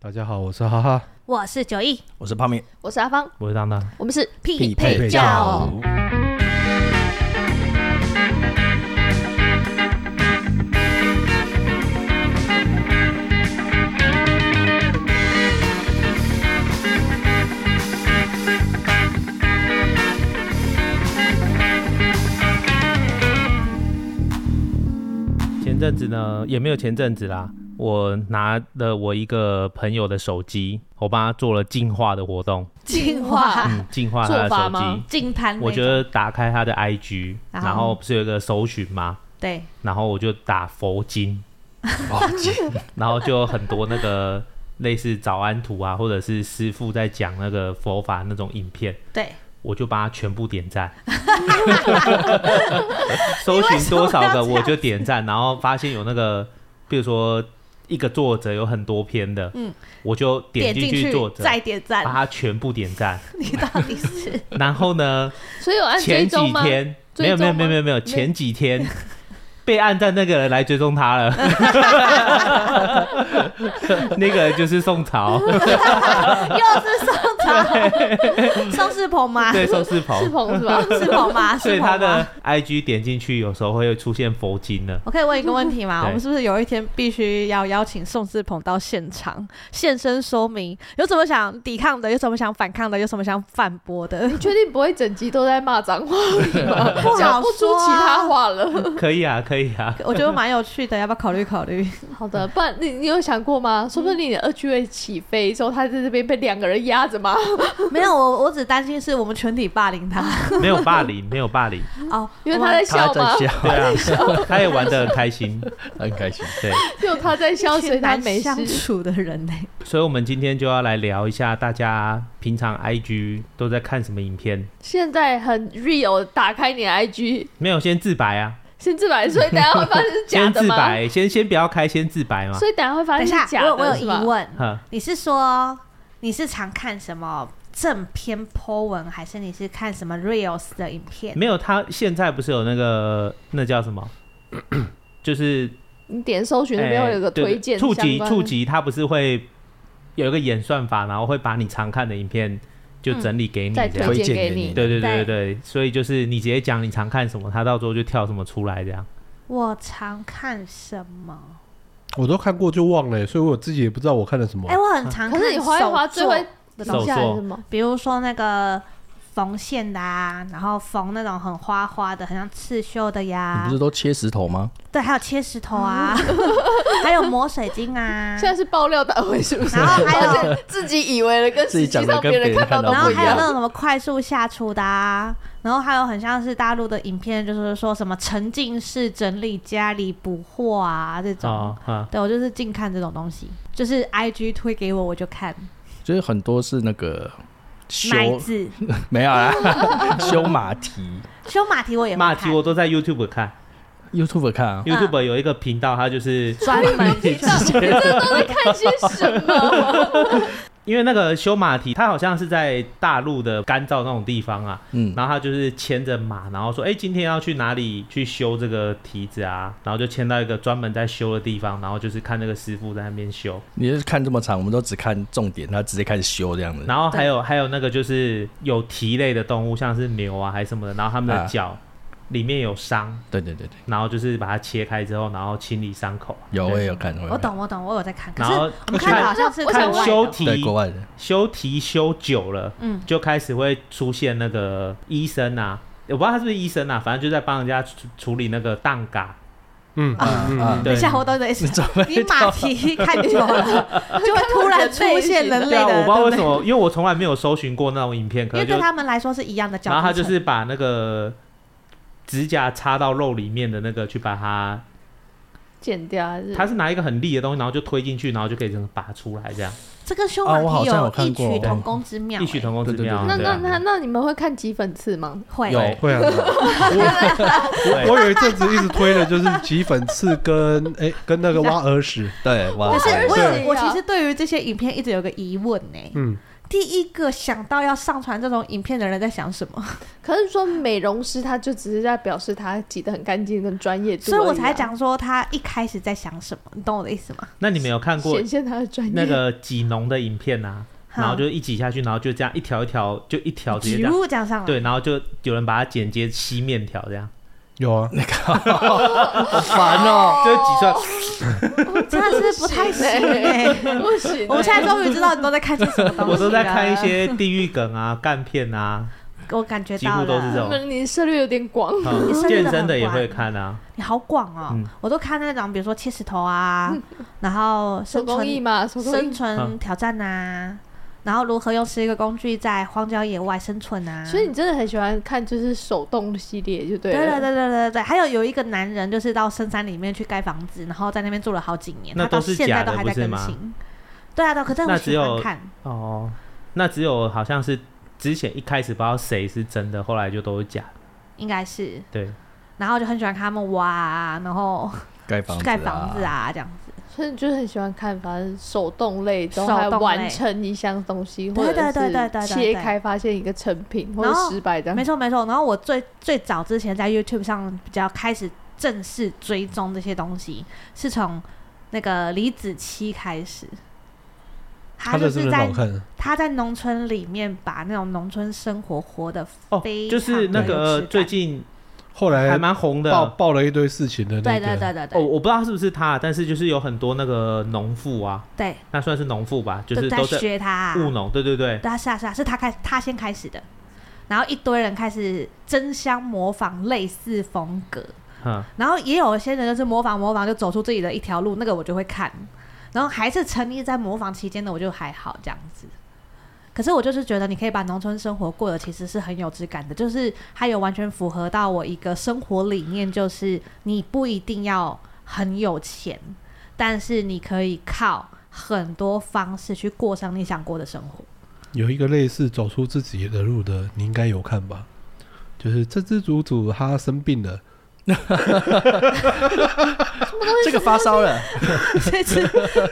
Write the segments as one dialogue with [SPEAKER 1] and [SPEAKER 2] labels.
[SPEAKER 1] 大家好，我是哈哈，
[SPEAKER 2] 我是九一，
[SPEAKER 3] 我是泡面，
[SPEAKER 4] 我是阿芳，
[SPEAKER 5] 我是当当，
[SPEAKER 4] 我们是
[SPEAKER 3] 匹配
[SPEAKER 1] 教
[SPEAKER 4] 教。
[SPEAKER 5] 前阵子呢，也没有前阵子啦，我拿了我一个朋友的手机，我帮他做了进化的活动，
[SPEAKER 2] 进化
[SPEAKER 5] 嗯，进化他的
[SPEAKER 4] 做法
[SPEAKER 5] 手
[SPEAKER 4] 吗
[SPEAKER 5] 机。
[SPEAKER 2] 净滩那种，
[SPEAKER 5] 我觉得打开他的 IG，
[SPEAKER 2] 然
[SPEAKER 5] 然
[SPEAKER 2] 后
[SPEAKER 5] 后不是有一个搜寻吗？
[SPEAKER 2] 对，
[SPEAKER 5] 然后我就打佛经，然后就有很多那个类似早安图啊，或者是师傅在讲那个佛法那种影片，
[SPEAKER 2] 对，
[SPEAKER 5] 我就把它全部点赞，搜寻多少个我就点赞，然后发现有那个，比如说一个作者有很多篇的，
[SPEAKER 2] 嗯
[SPEAKER 5] 我就点进
[SPEAKER 2] 进去
[SPEAKER 5] 作者，
[SPEAKER 2] 再点
[SPEAKER 5] 把
[SPEAKER 2] 赞，
[SPEAKER 5] 它全部点赞。
[SPEAKER 2] 你到底是
[SPEAKER 5] 然后呢，
[SPEAKER 4] 所以有按啊追
[SPEAKER 5] 前
[SPEAKER 4] 踪
[SPEAKER 5] 几
[SPEAKER 4] 吗？
[SPEAKER 5] 天没
[SPEAKER 4] 追
[SPEAKER 5] 有
[SPEAKER 4] 踪
[SPEAKER 5] 没有没有
[SPEAKER 4] 吗
[SPEAKER 5] 没有没有，前几天被按赞那个人来追踪他了，那个人就是宋朝，
[SPEAKER 2] 又是宋朝 宋世鹏吗？
[SPEAKER 5] 对宋世
[SPEAKER 4] 是
[SPEAKER 5] 鹏，
[SPEAKER 4] 鹏 是吧？
[SPEAKER 2] 世鹏吗？
[SPEAKER 5] 所以
[SPEAKER 2] 世鹏
[SPEAKER 5] 他的
[SPEAKER 2] 吗
[SPEAKER 5] IG 点进去有时候会出现佛经了。
[SPEAKER 2] 我可以问一个问题吗？
[SPEAKER 5] 对
[SPEAKER 2] 我们是不是有一天必须要邀请宋世鹏到现场现身说明，有什么想抵抗的，有什么想反抗的，有什么想反驳的？
[SPEAKER 4] 你确定不会整集都在骂脏话吗？
[SPEAKER 2] 好
[SPEAKER 4] 讲不出
[SPEAKER 2] 说啊
[SPEAKER 4] 其他话了。
[SPEAKER 5] 可以啊，可以啊，
[SPEAKER 2] 我觉得蛮有趣的，要不要考虑考虑？
[SPEAKER 4] 好的，不然你你有想过吗？嗯说不定你的二趣味起飞之后，他在这边被两个人压着吗？
[SPEAKER 2] 没有，我我只担心是我们全体霸 凌他
[SPEAKER 5] 没有霸凌，没有霸凌，
[SPEAKER 2] 哦，
[SPEAKER 4] 因为他在笑
[SPEAKER 3] 他 在
[SPEAKER 4] 吗？
[SPEAKER 5] 对
[SPEAKER 3] 笑，
[SPEAKER 5] 啊，他也玩得很开 心，
[SPEAKER 3] 他很开心。
[SPEAKER 5] 对，
[SPEAKER 4] 只有他在笑，
[SPEAKER 2] 一
[SPEAKER 4] 所以
[SPEAKER 2] 群
[SPEAKER 4] 他
[SPEAKER 2] 难
[SPEAKER 4] 没
[SPEAKER 2] 相
[SPEAKER 4] 事。
[SPEAKER 2] 处的人呢、
[SPEAKER 5] 所以我们今天就要来聊一下大家平常 IG 都在看什么影片，
[SPEAKER 4] 现在很 real，打开你的 IG，
[SPEAKER 5] 没有先自白啊，
[SPEAKER 4] 先自白，所以等一下会发现是假
[SPEAKER 5] 先
[SPEAKER 4] 的
[SPEAKER 5] 自
[SPEAKER 4] 吗？
[SPEAKER 5] 白，先先不要开，先自白嘛，
[SPEAKER 4] 所以等一下会发
[SPEAKER 2] 等
[SPEAKER 4] 现
[SPEAKER 2] 一
[SPEAKER 4] 是
[SPEAKER 2] 下，
[SPEAKER 4] 假
[SPEAKER 2] 我我有
[SPEAKER 4] 的，是
[SPEAKER 2] 疑
[SPEAKER 4] 吧？
[SPEAKER 2] 问，
[SPEAKER 5] 哼，
[SPEAKER 2] 你是说你是常看什么正片 po 文，还是你是看什么 reels 的影片？
[SPEAKER 5] 没有，他现在不是有那个那叫什么， 就是
[SPEAKER 4] 你点搜寻那边
[SPEAKER 5] 哎
[SPEAKER 4] 会有个
[SPEAKER 5] 对对
[SPEAKER 4] 推荐，
[SPEAKER 5] 触及触，及，它不是会有一个演算法，然后会把你常看的影片就整理给你
[SPEAKER 4] 嗯再
[SPEAKER 5] 这样。
[SPEAKER 4] 推荐
[SPEAKER 3] 推荐
[SPEAKER 4] 给
[SPEAKER 3] 给
[SPEAKER 4] 你
[SPEAKER 3] 你。
[SPEAKER 5] 对对对对对，所以就是你直接讲你常看什么，它到时候就跳什么出来这样。
[SPEAKER 2] 我常看什么？
[SPEAKER 1] 我都看过就忘了，所以我自己也不知道我看了什么
[SPEAKER 2] 哎、。我很常
[SPEAKER 4] 可
[SPEAKER 2] 看
[SPEAKER 4] 是你滑一滑，最
[SPEAKER 2] 手
[SPEAKER 4] 会
[SPEAKER 2] 作的
[SPEAKER 5] 手
[SPEAKER 2] 东西，
[SPEAKER 4] 停下来
[SPEAKER 5] 作
[SPEAKER 4] 是吗？
[SPEAKER 2] 比如说那个缝线的啊，然后缝那种很花花的，很像刺绣的
[SPEAKER 3] 你
[SPEAKER 2] 呀
[SPEAKER 3] 不是，都切石头吗？
[SPEAKER 2] 对，还有切石头 啊，还有磨水晶啊
[SPEAKER 4] 现。在是爆料大会是不是？
[SPEAKER 2] 然 后还有
[SPEAKER 4] 发现自己以为的跟
[SPEAKER 3] 自己
[SPEAKER 4] 实际
[SPEAKER 3] 讲的
[SPEAKER 4] 上
[SPEAKER 3] 跟
[SPEAKER 4] 别人
[SPEAKER 3] 别人
[SPEAKER 4] 看到都
[SPEAKER 3] 看到
[SPEAKER 2] 然后
[SPEAKER 4] 不一
[SPEAKER 2] 还有
[SPEAKER 4] 样。
[SPEAKER 2] 那种什么快速下厨的、啊，然后还有很像是大陆的影片，就是说什么沉浸式整理家里补货啊这种。
[SPEAKER 5] 啊啊，
[SPEAKER 2] 对我就是净看这种东西，就是 I G 推给我我就看，
[SPEAKER 3] 就是很多是那个修
[SPEAKER 2] 买字
[SPEAKER 3] 没有啦， 修马蹄。
[SPEAKER 2] 修马蹄我也会
[SPEAKER 5] 马
[SPEAKER 2] 看嗯
[SPEAKER 5] 蹄我都在 YouTube 看
[SPEAKER 3] YouTube 看啊，
[SPEAKER 5] ，YouTube 有一个频道，它就是
[SPEAKER 2] 专门
[SPEAKER 4] 你知道你这都在看些什 么？
[SPEAKER 5] 因为那个修马蹄，它好像是在大陆的干燥那种地方啊，
[SPEAKER 3] 嗯，
[SPEAKER 5] 然后他就是牵着马，然后说，哎、今天要去哪里去修这个蹄子啊？然后就牵到一个专门在修的地方，然后就是看那个师傅在那边修。
[SPEAKER 3] 你就是看这么长，我们都只看重点，他直接开始修这样子。
[SPEAKER 5] 然后还有还有那个就是有蹄类的动物，像是牛啊还是什么的，然后它们的
[SPEAKER 3] 啊
[SPEAKER 5] 脚里面有伤，
[SPEAKER 3] 对对对对，
[SPEAKER 5] 然后就是把它切开之后，然后清理伤口。
[SPEAKER 3] 有我
[SPEAKER 5] 对
[SPEAKER 3] 也有看，
[SPEAKER 2] 我。懂我懂，我有在看，可
[SPEAKER 5] 然
[SPEAKER 2] 是
[SPEAKER 5] 后
[SPEAKER 2] 我们看的好像是
[SPEAKER 4] 我想
[SPEAKER 2] 国
[SPEAKER 5] 看
[SPEAKER 2] 外的
[SPEAKER 5] 修
[SPEAKER 3] 对
[SPEAKER 5] 蹄
[SPEAKER 3] 国外的，
[SPEAKER 5] 修蹄修久了，
[SPEAKER 2] 嗯
[SPEAKER 5] 就开始会出现那个医生啊，我不知道他是不是医生啊，反正就在帮人家处处理那个蛋嘎。
[SPEAKER 1] 嗯嗯
[SPEAKER 3] 啊
[SPEAKER 1] 嗯，
[SPEAKER 2] 等
[SPEAKER 5] 对
[SPEAKER 2] 一，下我都得思，你马蹄看久 了就会突然出现人
[SPEAKER 5] 对
[SPEAKER 2] 类
[SPEAKER 5] 啊，我
[SPEAKER 2] 的，
[SPEAKER 5] 不知道
[SPEAKER 2] 对不
[SPEAKER 5] 为什
[SPEAKER 2] 对
[SPEAKER 5] 么，因为我从来没有搜寻过那种影片，可
[SPEAKER 2] 因为
[SPEAKER 5] 能就
[SPEAKER 2] 对他们来说是一样的角度。
[SPEAKER 5] 然后他就是把那个指甲插到肉里面的那个去把它，
[SPEAKER 4] 剪掉还是？
[SPEAKER 5] 他是拿一个很利的东西，然后就推进去，然后就可以这样拔出来，这样
[SPEAKER 2] 这跟
[SPEAKER 5] 哦
[SPEAKER 2] 修马
[SPEAKER 3] 啊我好
[SPEAKER 2] 蹄
[SPEAKER 3] 像有
[SPEAKER 2] 异
[SPEAKER 3] 看过
[SPEAKER 2] 曲同工之妙、欸
[SPEAKER 5] 异曲同工之妙啊。
[SPEAKER 4] 那
[SPEAKER 5] 对
[SPEAKER 4] 那
[SPEAKER 5] 啊
[SPEAKER 4] 那那你们会看几粉刺吗？
[SPEAKER 2] 会
[SPEAKER 3] 有
[SPEAKER 1] 会 啊。我
[SPEAKER 5] 对
[SPEAKER 1] 我有 一阵子一直推的就是挤粉刺跟哎跟那个挖耳屎，
[SPEAKER 3] 对，哇
[SPEAKER 2] 可是
[SPEAKER 3] 塞
[SPEAKER 2] 我
[SPEAKER 1] 对
[SPEAKER 2] 有，我其实对于这些影片一直有个疑问呢、欸
[SPEAKER 1] 嗯，
[SPEAKER 2] 第一个想到要上传这种影片的人在想什么，
[SPEAKER 4] 可是说美容师，他就只是在表示他挤得很干净跟专业度、
[SPEAKER 2] 所以我才，讲说他一开始在想什么，你懂我的意思吗？
[SPEAKER 5] 那你们有看过
[SPEAKER 4] 显现他的专业。
[SPEAKER 5] 那个挤脓的影片啊？然后
[SPEAKER 2] 好
[SPEAKER 5] 就一挤下去，然后就这样一条一条，就一条直接
[SPEAKER 2] 植
[SPEAKER 5] 这样，
[SPEAKER 2] 物讲上来，
[SPEAKER 5] 对，然后就有人把它剪接吸面条这样，
[SPEAKER 1] 有啊，
[SPEAKER 3] 好烦哦。
[SPEAKER 5] 就是挤出 来，
[SPEAKER 2] 真的是不太行哎、
[SPEAKER 4] 不行，啊
[SPEAKER 2] 我们现在终于知道你都在看些什么东西了
[SPEAKER 5] 我都在看一，些地狱梗啊、干 片啊，
[SPEAKER 2] 我感觉到
[SPEAKER 5] 几乎都是这
[SPEAKER 2] 了
[SPEAKER 5] 种。
[SPEAKER 4] 嗯你策略有点广，
[SPEAKER 5] 嗯
[SPEAKER 2] 你生日
[SPEAKER 5] 健
[SPEAKER 2] 的
[SPEAKER 5] 身的
[SPEAKER 2] 很
[SPEAKER 5] 也
[SPEAKER 2] 晚
[SPEAKER 5] 会看啊，
[SPEAKER 2] 你好广哦、
[SPEAKER 5] 嗯
[SPEAKER 2] 我都看那种，比如说切石头啊，然后
[SPEAKER 4] 手
[SPEAKER 2] 生
[SPEAKER 4] 嗯工艺
[SPEAKER 2] 存
[SPEAKER 4] 嘛，手工
[SPEAKER 2] 生
[SPEAKER 4] 艺。
[SPEAKER 5] 嗯
[SPEAKER 2] 存挑战啊，然后如何用十一个工具在荒郊野外生存啊。
[SPEAKER 4] 所以你真的很喜欢看就是手动系列，就对
[SPEAKER 2] 对对
[SPEAKER 4] 了。
[SPEAKER 2] 对对对对，还有有一个男人就是到深山里面去盖房子，然后在那边住了好几年，
[SPEAKER 5] 那
[SPEAKER 2] 他到
[SPEAKER 5] 都是
[SPEAKER 2] 现在
[SPEAKER 5] 假
[SPEAKER 2] 都
[SPEAKER 5] 的
[SPEAKER 2] 还
[SPEAKER 5] 不
[SPEAKER 2] 在
[SPEAKER 5] 是
[SPEAKER 2] 更
[SPEAKER 5] 吗
[SPEAKER 2] 新。对啊，对啊，可是我
[SPEAKER 5] 那
[SPEAKER 2] 喜
[SPEAKER 5] 只
[SPEAKER 2] 欢
[SPEAKER 5] 有
[SPEAKER 2] 看，
[SPEAKER 5] 哦，那只有好像是之前一开始不知道谁是真的，后来就都是假的。
[SPEAKER 2] 应该是，
[SPEAKER 5] 对，
[SPEAKER 2] 然后就很喜欢看他们挖啊，然后
[SPEAKER 3] 盖房
[SPEAKER 2] 盖房子，啊这样
[SPEAKER 5] 嗯
[SPEAKER 2] 子。
[SPEAKER 4] 所以你就是很喜欢看，反正手动类都
[SPEAKER 2] 手动
[SPEAKER 4] 还
[SPEAKER 2] 类
[SPEAKER 4] 完成一项东西，
[SPEAKER 2] 对
[SPEAKER 4] 或者
[SPEAKER 2] 对对对对
[SPEAKER 4] 是
[SPEAKER 2] 对
[SPEAKER 4] 切开发现一个成品或
[SPEAKER 2] 然
[SPEAKER 4] 者
[SPEAKER 2] 后
[SPEAKER 4] 失败的
[SPEAKER 2] 没。错没错，然后我最最早之前在 YouTube 上比较开始正式追踪这些东西，是从那个李子柒开始。他
[SPEAKER 1] 他
[SPEAKER 2] 就
[SPEAKER 1] 的真
[SPEAKER 2] 是
[SPEAKER 1] 的很
[SPEAKER 2] 在
[SPEAKER 1] 好看，
[SPEAKER 2] 他在农村里面把那种农村生活活得
[SPEAKER 5] 哦
[SPEAKER 2] 非，
[SPEAKER 5] 就是
[SPEAKER 2] 常有
[SPEAKER 5] 那个
[SPEAKER 2] 质感
[SPEAKER 5] 最近
[SPEAKER 1] 后来
[SPEAKER 5] 还蛮红
[SPEAKER 2] 哎
[SPEAKER 5] 的
[SPEAKER 1] 爆爆了一堆事情的那
[SPEAKER 2] 对
[SPEAKER 1] 个，
[SPEAKER 2] 对对对对
[SPEAKER 5] 哦，我不知道是不是他，但是就是有很多那个农妇啊，
[SPEAKER 2] 对，
[SPEAKER 5] 那算是农妇吧，就是
[SPEAKER 2] 在
[SPEAKER 5] 都在
[SPEAKER 2] 学他啊，
[SPEAKER 5] 务农，对 对对，
[SPEAKER 2] 对啊，是啊是啊，是他开他先开始的，然后一堆人开始争相模仿类似风格，
[SPEAKER 5] 嗯，
[SPEAKER 2] 然后也有些人就是模仿模仿就走出自己的一条路，那个我就会看，然后还是沉溺在模仿期间的我就还好这样子。可是我就是觉得，你可以把农村生活过得其实是很有质感的，就是它有完全符合到我一个生活理念，就是你不一定要很有钱，但是你可以靠很多方式去过上你想过的生活。
[SPEAKER 1] 有一个类似走出自己的路的，你应该有看吧？就是这只祖祖他生病了，
[SPEAKER 3] 这个发烧了，
[SPEAKER 2] 这只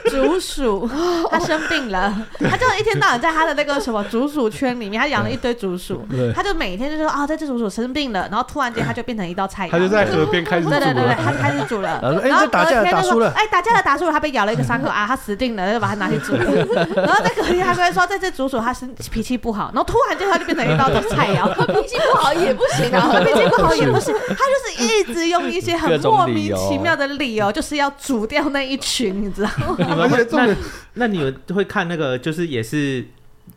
[SPEAKER 2] 竹 鼠，它生病了，它就一天到晚在它的那个什么竹鼠圈里面，它养了一堆竹鼠，
[SPEAKER 1] 对，
[SPEAKER 2] 它就每天就说啊，这只竹鼠生病了，然后突然间它就变成一道 菜肴，
[SPEAKER 1] 他就在河边开始煮
[SPEAKER 2] 对对对对，
[SPEAKER 1] 了，
[SPEAKER 2] 它开始煮了，
[SPEAKER 3] 然后说哎
[SPEAKER 2] 然后
[SPEAKER 3] 这打架了
[SPEAKER 2] 隔天就
[SPEAKER 3] 打输
[SPEAKER 2] 说
[SPEAKER 3] 了
[SPEAKER 2] 哎，打架了，打输了，它被咬了一个伤口啊，它死定了，就把它拿去煮，然后再隔天它就会说这只竹鼠它生脾气不好，然后突然间它就变成一道菜肴，
[SPEAKER 4] 脾气不好也不行
[SPEAKER 2] 然后
[SPEAKER 4] 啊，
[SPEAKER 2] 脾气不哦好也不行，他就是一直用一些
[SPEAKER 3] 各
[SPEAKER 2] 很
[SPEAKER 3] 种
[SPEAKER 2] 莫
[SPEAKER 3] 理
[SPEAKER 2] 名
[SPEAKER 3] 由
[SPEAKER 2] 其妙的理由，就是要煮掉那一群，你知道吗？
[SPEAKER 5] 你
[SPEAKER 1] 而
[SPEAKER 5] 们
[SPEAKER 1] 且
[SPEAKER 5] 会
[SPEAKER 1] 重
[SPEAKER 5] 那
[SPEAKER 1] 点
[SPEAKER 5] 那你们会看那个就是也是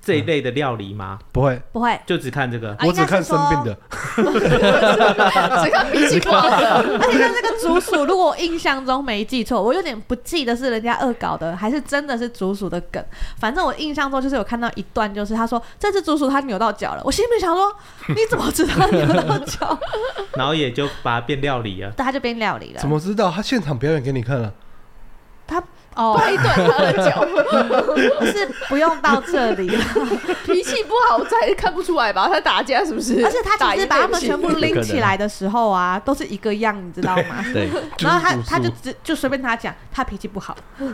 [SPEAKER 5] 这一类的料理吗？
[SPEAKER 1] 不会，
[SPEAKER 2] 不会，
[SPEAKER 5] 就只看 这个？
[SPEAKER 2] 啊
[SPEAKER 1] 我只看生病。
[SPEAKER 2] 应该是说
[SPEAKER 1] 的，
[SPEAKER 4] 这个脾气不好的，
[SPEAKER 2] 而且它这个竹鼠，如果我印象中没记错，我有点不记得是人家恶搞的，还是真的是竹鼠的梗。反正我印象中就是有看到一段，就是他说这只竹鼠它扭到脚了，我心里面想说你怎么知道它扭到脚？。
[SPEAKER 5] 然后也就把它变料理了
[SPEAKER 2] 但他就变料理了
[SPEAKER 1] 怎。么知道？他现场表演给你看了，
[SPEAKER 2] 哦，
[SPEAKER 4] 掰断他的 脚，
[SPEAKER 2] 是不用到这里 了，
[SPEAKER 4] 脾气不好才看不出来吧？他打架是不是？
[SPEAKER 2] 而且他其实把他们全部
[SPEAKER 3] 不可
[SPEAKER 2] 拎
[SPEAKER 3] 能
[SPEAKER 2] 起来的时候啊，都是一个样，你知道吗？
[SPEAKER 3] 对，
[SPEAKER 2] 然后他
[SPEAKER 1] 就是
[SPEAKER 2] 他就
[SPEAKER 1] 主
[SPEAKER 2] 只就随便他讲，他脾气不好。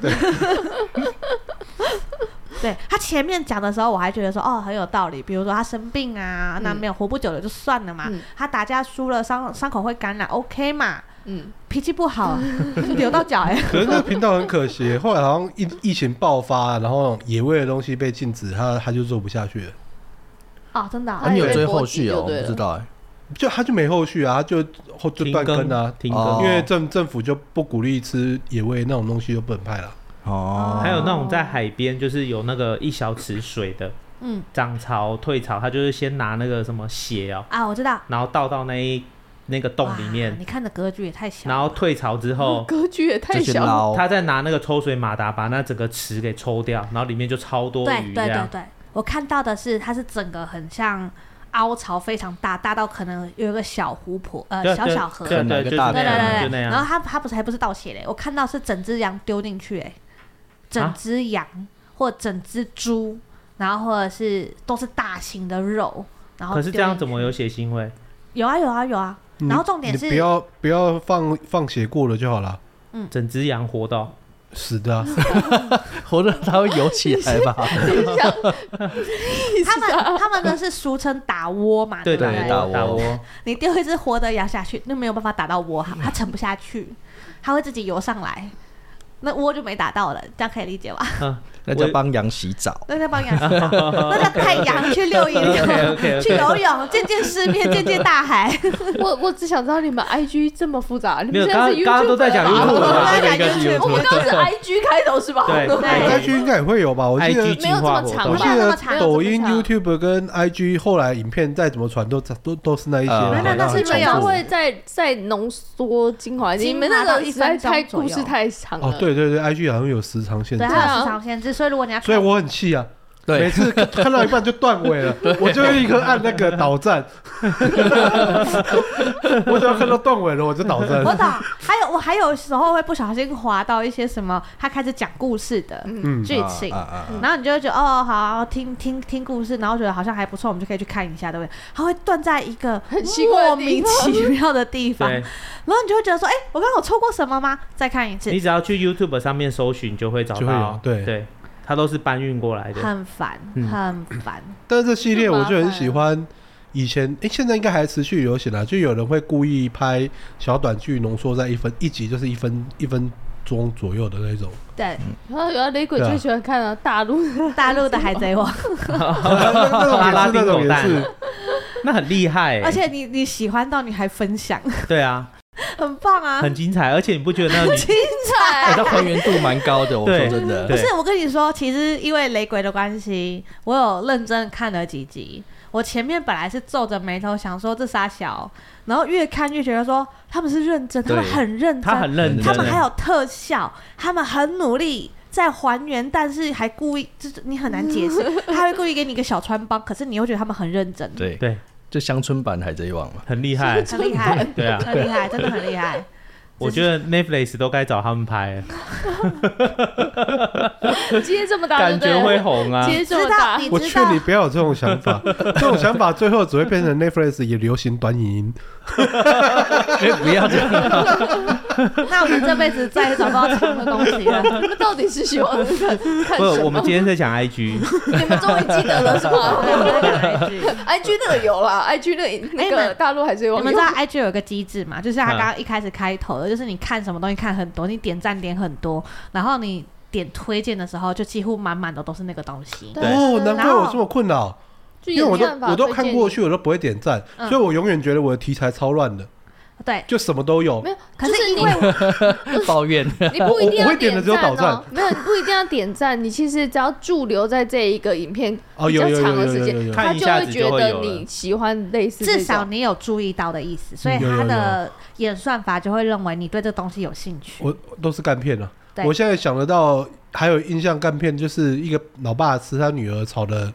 [SPEAKER 2] 对他前面讲的时候，我还觉得说哦很有道理，比如说他生病啊，那
[SPEAKER 4] 嗯
[SPEAKER 2] 没有活不久了就算了嘛，
[SPEAKER 4] 嗯
[SPEAKER 2] 他打架输了伤伤口会感染，OK 嘛，
[SPEAKER 4] 嗯，
[SPEAKER 2] 脾气不好 扭到脚哎、
[SPEAKER 1] 可是那个频道很可惜，后来好像疫疫情爆发，然后野味的东西被禁止，他他就做不下去了，
[SPEAKER 2] 哦真的啊、
[SPEAKER 3] 啊你有追后续
[SPEAKER 4] 哎
[SPEAKER 3] 哦？我
[SPEAKER 4] 对
[SPEAKER 3] 不知道哎，
[SPEAKER 1] 就他就没后续啊，他就后就断更啊，
[SPEAKER 5] 停
[SPEAKER 3] 哦
[SPEAKER 5] 更
[SPEAKER 1] 因。为政政府就不鼓励吃野味那种东西，就不能拍了。
[SPEAKER 3] 哦，
[SPEAKER 5] 还有那种在海边，就是有那个一小池水的
[SPEAKER 2] 嗯
[SPEAKER 5] 涨潮、退潮，他就是先拿那个什么血哦，
[SPEAKER 2] 啊我知道
[SPEAKER 5] 然后倒到那一那个洞里
[SPEAKER 2] 哇
[SPEAKER 5] 面，
[SPEAKER 2] 你嗯看的格局也太小了，
[SPEAKER 5] 然后退潮之后，
[SPEAKER 4] 格局也太
[SPEAKER 3] 就去
[SPEAKER 4] 小了，
[SPEAKER 3] 捞，
[SPEAKER 5] 他再拿那个抽水马达把那整个池给抽掉，然后里面就超多
[SPEAKER 2] 对
[SPEAKER 5] 鱼
[SPEAKER 2] 对
[SPEAKER 5] 啊这
[SPEAKER 2] 对
[SPEAKER 5] 样。
[SPEAKER 2] 对，我看到的是它是整个很像凹槽非常大，大到可能有一个小湖泊呃
[SPEAKER 5] 对
[SPEAKER 2] 小
[SPEAKER 5] 对
[SPEAKER 2] 小河
[SPEAKER 5] 对对，
[SPEAKER 3] 哪个
[SPEAKER 5] 就是
[SPEAKER 3] 大
[SPEAKER 5] 那
[SPEAKER 3] 啊
[SPEAKER 2] 对对
[SPEAKER 3] 的
[SPEAKER 5] 样，
[SPEAKER 2] 对
[SPEAKER 5] 啊就那
[SPEAKER 2] 对，然后
[SPEAKER 5] 样。
[SPEAKER 2] 他他不是还不是倒血嘞，我看到是整只羊丢进去哎，整
[SPEAKER 5] 啊
[SPEAKER 2] 只羊、或整只猪，然后或者是都是大型的肉，然后
[SPEAKER 5] 可是
[SPEAKER 2] 丢
[SPEAKER 5] 这样
[SPEAKER 2] 进
[SPEAKER 5] 怎么
[SPEAKER 2] 去
[SPEAKER 5] 有血腥味？
[SPEAKER 2] 有啊有啊有啊，
[SPEAKER 1] 你
[SPEAKER 2] 然后重点
[SPEAKER 1] 你
[SPEAKER 2] 是嗯
[SPEAKER 1] 不要不要放放血过了就好了。
[SPEAKER 5] 整只羊活到
[SPEAKER 1] 死的 啊，
[SPEAKER 3] 活着它会游起来吧？
[SPEAKER 2] 他们他们的是俗称打窝嘛，
[SPEAKER 5] 对
[SPEAKER 2] 不
[SPEAKER 5] 对，
[SPEAKER 3] 打窝
[SPEAKER 5] 窝，
[SPEAKER 2] 你丢一只活的羊下去，那没有办法打到窝
[SPEAKER 5] 嗯
[SPEAKER 2] 哈，它沉不下去，它会自己游上来，那窝就没打到了，这样可以理 解吧？
[SPEAKER 3] 那叫帮羊洗澡。
[SPEAKER 2] 那叫帮羊洗澡，那叫带羊去遛一 遛
[SPEAKER 5] OK，OK，OK
[SPEAKER 2] 去游泳，见见世面，见见大海。
[SPEAKER 4] 我我只想知道你们 IG 这么复杂，你
[SPEAKER 5] 没
[SPEAKER 4] 们
[SPEAKER 5] 有，刚刚
[SPEAKER 4] 现在是 YouTube
[SPEAKER 5] 刚刚都在讲 YouTube
[SPEAKER 2] 我
[SPEAKER 5] 了，
[SPEAKER 2] 们
[SPEAKER 5] 这
[SPEAKER 2] 在
[SPEAKER 5] 个应该
[SPEAKER 2] 讲
[SPEAKER 5] 是
[SPEAKER 2] YouTube
[SPEAKER 5] YouTube
[SPEAKER 4] 我们。刚刚是 IG 开头是吧？
[SPEAKER 5] 对
[SPEAKER 1] 在
[SPEAKER 5] 对
[SPEAKER 1] IG 应该也会有吧？我记
[SPEAKER 5] IG
[SPEAKER 1] 得
[SPEAKER 5] 进化活
[SPEAKER 4] 没有这么长
[SPEAKER 1] 我记
[SPEAKER 5] 动
[SPEAKER 4] 吧，
[SPEAKER 2] 那
[SPEAKER 1] 得
[SPEAKER 2] 么长
[SPEAKER 1] 抖音、
[SPEAKER 4] 没有这
[SPEAKER 1] YouTube 跟 IG 后来影片再怎么传都都都是那一些嘛。
[SPEAKER 3] 呃
[SPEAKER 1] 好像
[SPEAKER 2] 那
[SPEAKER 4] 但
[SPEAKER 2] 是
[SPEAKER 1] 很
[SPEAKER 4] 是
[SPEAKER 2] 没有
[SPEAKER 4] 他
[SPEAKER 1] 重复
[SPEAKER 4] 会再再浓缩精华，你
[SPEAKER 2] 精华
[SPEAKER 4] 们那
[SPEAKER 2] 到
[SPEAKER 4] 个
[SPEAKER 2] 一
[SPEAKER 4] 实在
[SPEAKER 2] 分钟
[SPEAKER 4] 太
[SPEAKER 2] 左右
[SPEAKER 4] 故事太长了。
[SPEAKER 1] 哦，对对对，IG 好像有时长限制
[SPEAKER 2] 对，，
[SPEAKER 4] 啊
[SPEAKER 2] 它有时长限制，所以如果你要 看，
[SPEAKER 1] 所以我很气啊。每次 看看到一半就断尾了，我就会立刻按那个导站。 我只要看到断尾了，我就导站
[SPEAKER 2] 我。懂。还有我还有时候会不小心滑到一些什么，他开始讲故事的
[SPEAKER 1] 嗯，
[SPEAKER 2] 剧情
[SPEAKER 3] 啊，啊啊
[SPEAKER 2] 然后你就会觉得哦，好听听听故事，然后觉得好像还不错，我们就可以去看一下，对不对？它会断在一个
[SPEAKER 4] 很奇怪
[SPEAKER 2] 莫
[SPEAKER 4] 的地
[SPEAKER 2] 名
[SPEAKER 4] 方
[SPEAKER 2] 其妙的地方，
[SPEAKER 5] 对
[SPEAKER 2] 然，后你就会觉得说，哎、我刚刚有错过什么吗？再看一次
[SPEAKER 5] 你，只要去 YouTube 上面搜寻，就会找
[SPEAKER 1] 就会
[SPEAKER 5] 到
[SPEAKER 1] 有。对
[SPEAKER 5] 对，它都是搬运过来 的。
[SPEAKER 2] 很烦，
[SPEAKER 5] 嗯
[SPEAKER 2] 很烦。
[SPEAKER 1] 但是这系列我就很喜欢。以前诶、现在应该还持续流行啦，就有人会故意拍小短剧，浓缩在一分一集，就是一分一分钟左右的那种。
[SPEAKER 2] 对，
[SPEAKER 4] 然后原来雷鬼
[SPEAKER 1] 对啊
[SPEAKER 4] 最喜欢看啊，大陆
[SPEAKER 2] 大陆的海贼王，
[SPEAKER 1] 那种也是，那种也是。
[SPEAKER 5] 那很厉害欸，
[SPEAKER 2] 而且你你喜欢到你还分享，
[SPEAKER 5] 对啊，
[SPEAKER 2] 很棒啊！
[SPEAKER 5] 很精彩。而且你不觉得 那个女
[SPEAKER 2] 精彩。
[SPEAKER 3] 哎它还原度蛮高的，我说
[SPEAKER 5] 对
[SPEAKER 3] 真的
[SPEAKER 2] 不
[SPEAKER 5] 对。
[SPEAKER 2] 是，我跟你说，其实因为雷鬼的关系，我有认真看了几集。我前面本来是皱着眉头想说这傻小，然后越看越觉得说他们是认真，他
[SPEAKER 3] 对
[SPEAKER 2] 们很认真，
[SPEAKER 5] 她很认真欸，
[SPEAKER 2] 他们还有特效，他们很努力在还原，但是还故意，就是你很难解 释，他会故意给你一个小穿帮，可是你又觉得他们很认真，
[SPEAKER 3] 对，
[SPEAKER 5] 对，
[SPEAKER 3] 就乡村版海贼王嘛。
[SPEAKER 5] 很厉害。
[SPEAKER 2] 很厉害，
[SPEAKER 5] 对啊，
[SPEAKER 2] 很厉害，真的很厉害。
[SPEAKER 5] 我觉得 Netflix 都该找他们拍欸，
[SPEAKER 4] 接这么大，
[SPEAKER 5] 感觉会红啊。
[SPEAKER 4] 接这
[SPEAKER 2] 知
[SPEAKER 4] 么
[SPEAKER 2] 道
[SPEAKER 4] 大，
[SPEAKER 2] 你
[SPEAKER 1] 我
[SPEAKER 2] 知
[SPEAKER 1] 劝
[SPEAKER 2] 道
[SPEAKER 1] 你不要有这种想法， 这种想法最后只会变成 Netflix 也流行短影音。
[SPEAKER 3] 不要这样，
[SPEAKER 2] 那我们这辈子再也找不到长的东西 了。
[SPEAKER 4] 你们到底是喜欢看看
[SPEAKER 5] 不，
[SPEAKER 4] 什
[SPEAKER 5] 我
[SPEAKER 4] 么
[SPEAKER 5] 们？今天在讲 IG，
[SPEAKER 4] 你们终于记得了是
[SPEAKER 2] 对
[SPEAKER 4] 吗
[SPEAKER 2] 我在讲 IG
[SPEAKER 4] ？IG 那个有啦，IG 那个
[SPEAKER 2] 哎
[SPEAKER 4] 那
[SPEAKER 2] 你
[SPEAKER 4] 个
[SPEAKER 2] 们
[SPEAKER 4] 大陆海贼王
[SPEAKER 2] 你
[SPEAKER 4] 有，
[SPEAKER 2] 们知道 IG 有一个机制嘛？就是他刚
[SPEAKER 5] 嗯
[SPEAKER 2] 刚一开始开头的，就是你看什么东西看很多，你点赞点很多，然后你点推荐的时候，就几乎满满的都是那个东西。
[SPEAKER 4] 对
[SPEAKER 1] 哦，难怪
[SPEAKER 2] 然后
[SPEAKER 1] 我这么困扰，
[SPEAKER 4] 就
[SPEAKER 1] 因为
[SPEAKER 4] 演
[SPEAKER 1] 我都
[SPEAKER 4] 算法
[SPEAKER 1] 我都
[SPEAKER 4] 推
[SPEAKER 1] 看
[SPEAKER 4] 荐
[SPEAKER 1] 过
[SPEAKER 4] 你
[SPEAKER 1] 去，我都不会点赞，
[SPEAKER 2] 嗯
[SPEAKER 1] 所以我永远觉得我的题材超乱的，
[SPEAKER 2] 对，
[SPEAKER 1] 就什么都有
[SPEAKER 4] 没。有，
[SPEAKER 2] 可
[SPEAKER 4] 就是是
[SPEAKER 2] 因
[SPEAKER 4] 你
[SPEAKER 2] 为我
[SPEAKER 3] 抱怨。
[SPEAKER 4] 你不一
[SPEAKER 1] 我
[SPEAKER 4] 定
[SPEAKER 1] 我
[SPEAKER 4] 要
[SPEAKER 1] 会点的只有
[SPEAKER 4] 赞
[SPEAKER 1] 导
[SPEAKER 4] 哦，没有，你不一定要点赞，你其实只要驻留在这一个影片
[SPEAKER 1] 哦，
[SPEAKER 4] 比
[SPEAKER 1] 有
[SPEAKER 4] 较
[SPEAKER 1] 有
[SPEAKER 4] 长
[SPEAKER 1] 有
[SPEAKER 4] 的
[SPEAKER 1] 有
[SPEAKER 4] 时
[SPEAKER 1] 有有
[SPEAKER 4] 间，
[SPEAKER 1] 有，
[SPEAKER 4] 他
[SPEAKER 5] 看一
[SPEAKER 4] 就
[SPEAKER 5] 下
[SPEAKER 4] 会
[SPEAKER 5] 子
[SPEAKER 4] 觉
[SPEAKER 5] 就会
[SPEAKER 4] 得
[SPEAKER 5] 有
[SPEAKER 4] 你
[SPEAKER 5] 了
[SPEAKER 4] 喜欢类似这
[SPEAKER 2] 至
[SPEAKER 4] 种
[SPEAKER 2] 少你有注意到的意思，所以
[SPEAKER 1] 嗯有有
[SPEAKER 2] 他的演算法就会认为你对这东西有兴趣。
[SPEAKER 1] 我都是干片了。
[SPEAKER 2] 对
[SPEAKER 1] 我现在想得到还有印象干片，就是一个老爸吃他女儿炒的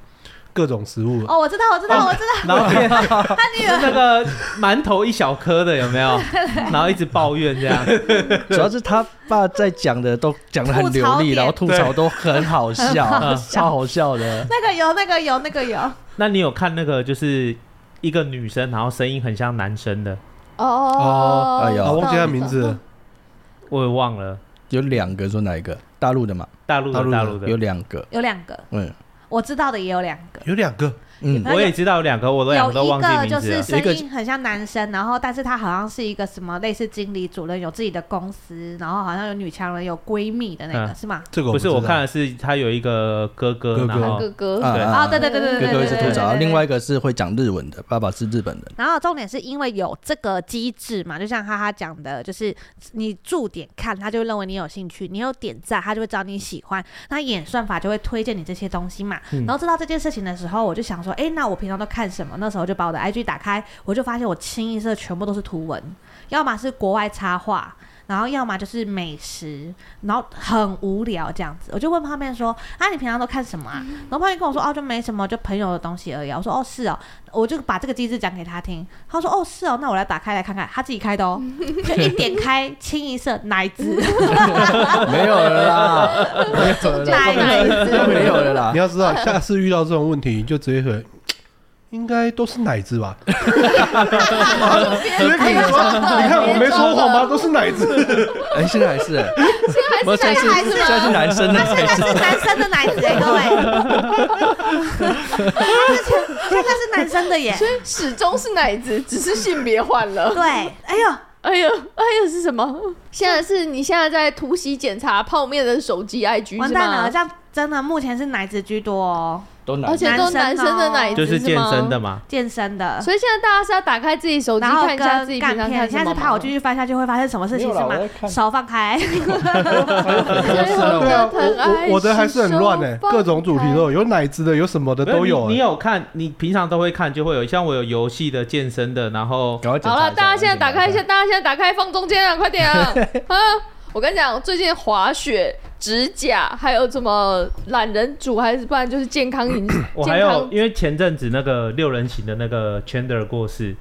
[SPEAKER 1] 各种食物，
[SPEAKER 2] 哦，我知道，我知道，我知道，
[SPEAKER 5] 然后 变
[SPEAKER 2] 他女儿
[SPEAKER 5] 那个馒头一小颗的有 没有？然后一直抱怨这样。
[SPEAKER 3] 主要是他爸在讲的都讲的很
[SPEAKER 2] 吐槽
[SPEAKER 3] 流利，
[SPEAKER 2] 点
[SPEAKER 3] 然后吐槽都很好笑，
[SPEAKER 2] 笑
[SPEAKER 3] 超好笑的。
[SPEAKER 2] 那个有，那个有，那个有，
[SPEAKER 5] 那你有看那个就是一个女生，然后声音很像男生的，
[SPEAKER 4] 哦，
[SPEAKER 3] 哎呦
[SPEAKER 1] 啊，
[SPEAKER 3] 我
[SPEAKER 1] 忘记他名字了。
[SPEAKER 5] 我也忘了，
[SPEAKER 3] 有两个说哪一个？大陆的嘛，
[SPEAKER 5] 大陆
[SPEAKER 1] 大
[SPEAKER 5] 的
[SPEAKER 1] 陆的
[SPEAKER 5] 大陆的，
[SPEAKER 3] 有两个。
[SPEAKER 2] 有两个，
[SPEAKER 3] 嗯
[SPEAKER 2] 我知道的也有两个。
[SPEAKER 1] 有两个，
[SPEAKER 3] 嗯，
[SPEAKER 5] 我也知道有两个，我都两
[SPEAKER 2] 有
[SPEAKER 5] 个都
[SPEAKER 2] 一
[SPEAKER 5] 忘记
[SPEAKER 2] 个
[SPEAKER 5] 名
[SPEAKER 2] 就
[SPEAKER 5] 字
[SPEAKER 2] 是
[SPEAKER 5] 了。
[SPEAKER 2] 声
[SPEAKER 3] 一个
[SPEAKER 2] 音很像男生，然后但是他好像是一个什么类似经理主任，有自己的公司，然后好像有女强人，有闺蜜的那个、
[SPEAKER 5] 嗯
[SPEAKER 2] 是吗？
[SPEAKER 1] 这个
[SPEAKER 5] 不
[SPEAKER 1] 不
[SPEAKER 5] 是
[SPEAKER 1] 知
[SPEAKER 5] 我
[SPEAKER 1] 道
[SPEAKER 5] 看的是他有一个哥
[SPEAKER 1] 哥
[SPEAKER 5] 哥，
[SPEAKER 1] 哥
[SPEAKER 5] 然
[SPEAKER 4] 他
[SPEAKER 5] 后
[SPEAKER 4] 哥哥，
[SPEAKER 3] 啊
[SPEAKER 5] 对
[SPEAKER 3] 啊
[SPEAKER 2] 啊、
[SPEAKER 3] 啊
[SPEAKER 2] 对对对对对
[SPEAKER 3] 哥
[SPEAKER 2] 对
[SPEAKER 3] 哥
[SPEAKER 2] 对
[SPEAKER 3] 一直吐
[SPEAKER 2] 对
[SPEAKER 3] 槽，
[SPEAKER 2] 对对
[SPEAKER 3] 另外一个是会讲日文的，爸爸是日本人。
[SPEAKER 2] 然后重点是因为有这个机制嘛，就像哈哈讲的，就是你驻点看，他就会认为你有兴趣；你有点赞，他就会找你喜欢。那演算法就会推荐你这些东西嘛。
[SPEAKER 5] 嗯
[SPEAKER 2] 然后知道这件事情的时候，我就想说，诶，那我平常都看什么？那时候就把我的 IG 打开，我就发现我清一色全部都是图文，要么是国外插画。然后要么就是美食，然后很无聊这样子，我就问胖妹说：“啊，你平常都看什么啊？”然后胖妹跟我说：“哦，就没什么，就朋友的东西而已啊。”我说：“哦，是哦。”我就把这个机制讲给他听，他说：“哦，是哦，那我来打开来看看。”他自己开的 哦，就一点开，清一色奶子，
[SPEAKER 3] 没有了啦，
[SPEAKER 4] 中间
[SPEAKER 2] 奶
[SPEAKER 4] 奶
[SPEAKER 2] 子
[SPEAKER 4] 子，
[SPEAKER 3] 没有了
[SPEAKER 1] 你
[SPEAKER 3] 啦。
[SPEAKER 1] 要知道，下次遇到这种问题，你就直接回应该都是奶子吧？
[SPEAKER 4] 别
[SPEAKER 1] 直接跟你说，你看我没说谎吧？都是奶子，
[SPEAKER 3] 哎，现在还是，我
[SPEAKER 4] 现在
[SPEAKER 3] 现在
[SPEAKER 4] 还是
[SPEAKER 2] 还是
[SPEAKER 3] 是现在是男生
[SPEAKER 2] 他
[SPEAKER 3] 的
[SPEAKER 2] 现在
[SPEAKER 3] 还是？
[SPEAKER 2] 是男生的奶子哎、各位，现在是男生的耶。
[SPEAKER 4] 所以始终是奶子，只是性别换了。
[SPEAKER 2] 对， 哎呦，
[SPEAKER 4] 哎呦，哎呦是什么？现在是你现在在突袭检查泡面的手机 IG
[SPEAKER 2] 完
[SPEAKER 4] 是
[SPEAKER 2] 蛋了，
[SPEAKER 4] 吗
[SPEAKER 2] 这？样真的目前是奶子居多哦，
[SPEAKER 3] 都男
[SPEAKER 4] 而且都
[SPEAKER 2] 男
[SPEAKER 4] 男
[SPEAKER 2] 生
[SPEAKER 4] 生的
[SPEAKER 2] 哦
[SPEAKER 4] 奶
[SPEAKER 5] 就
[SPEAKER 4] 子
[SPEAKER 5] 是健
[SPEAKER 4] 吗
[SPEAKER 5] 身的。嘛，
[SPEAKER 2] 健身的。
[SPEAKER 4] 所以现在大家是要打开自己手机
[SPEAKER 2] 然后
[SPEAKER 4] 看
[SPEAKER 2] 跟
[SPEAKER 4] 一下自己平
[SPEAKER 2] 干
[SPEAKER 4] 常
[SPEAKER 2] 片，
[SPEAKER 4] 看
[SPEAKER 2] 现
[SPEAKER 4] 什
[SPEAKER 2] 在
[SPEAKER 4] 么
[SPEAKER 2] 是怕
[SPEAKER 4] 吗
[SPEAKER 2] 我继续翻下去会发现什么事情
[SPEAKER 3] 没
[SPEAKER 2] 是
[SPEAKER 3] 有啦
[SPEAKER 2] 吗
[SPEAKER 3] 我在？看
[SPEAKER 2] 手放开，
[SPEAKER 1] 对啊，我我我的还是很乱哎、
[SPEAKER 4] 哎，
[SPEAKER 1] 各种主题都有，有奶子的，
[SPEAKER 2] 哎
[SPEAKER 1] 有什么的都有、
[SPEAKER 5] 你。你
[SPEAKER 1] 欸。
[SPEAKER 5] 有看？你平常都会看，就会有像我有游戏的、健身的，然后
[SPEAKER 3] 赶快检查
[SPEAKER 4] 好
[SPEAKER 3] 一下
[SPEAKER 4] 了，大家现在打开一下，
[SPEAKER 3] 检
[SPEAKER 4] 大家现在打开放中间啊，快 点啊！啊，我跟你讲，最近滑雪、指甲，还有什么懒人组，还是不然就是健康饮
[SPEAKER 5] 我还有
[SPEAKER 4] 健康，
[SPEAKER 5] 因为前阵子那个六人行的那个 Chandler 过世，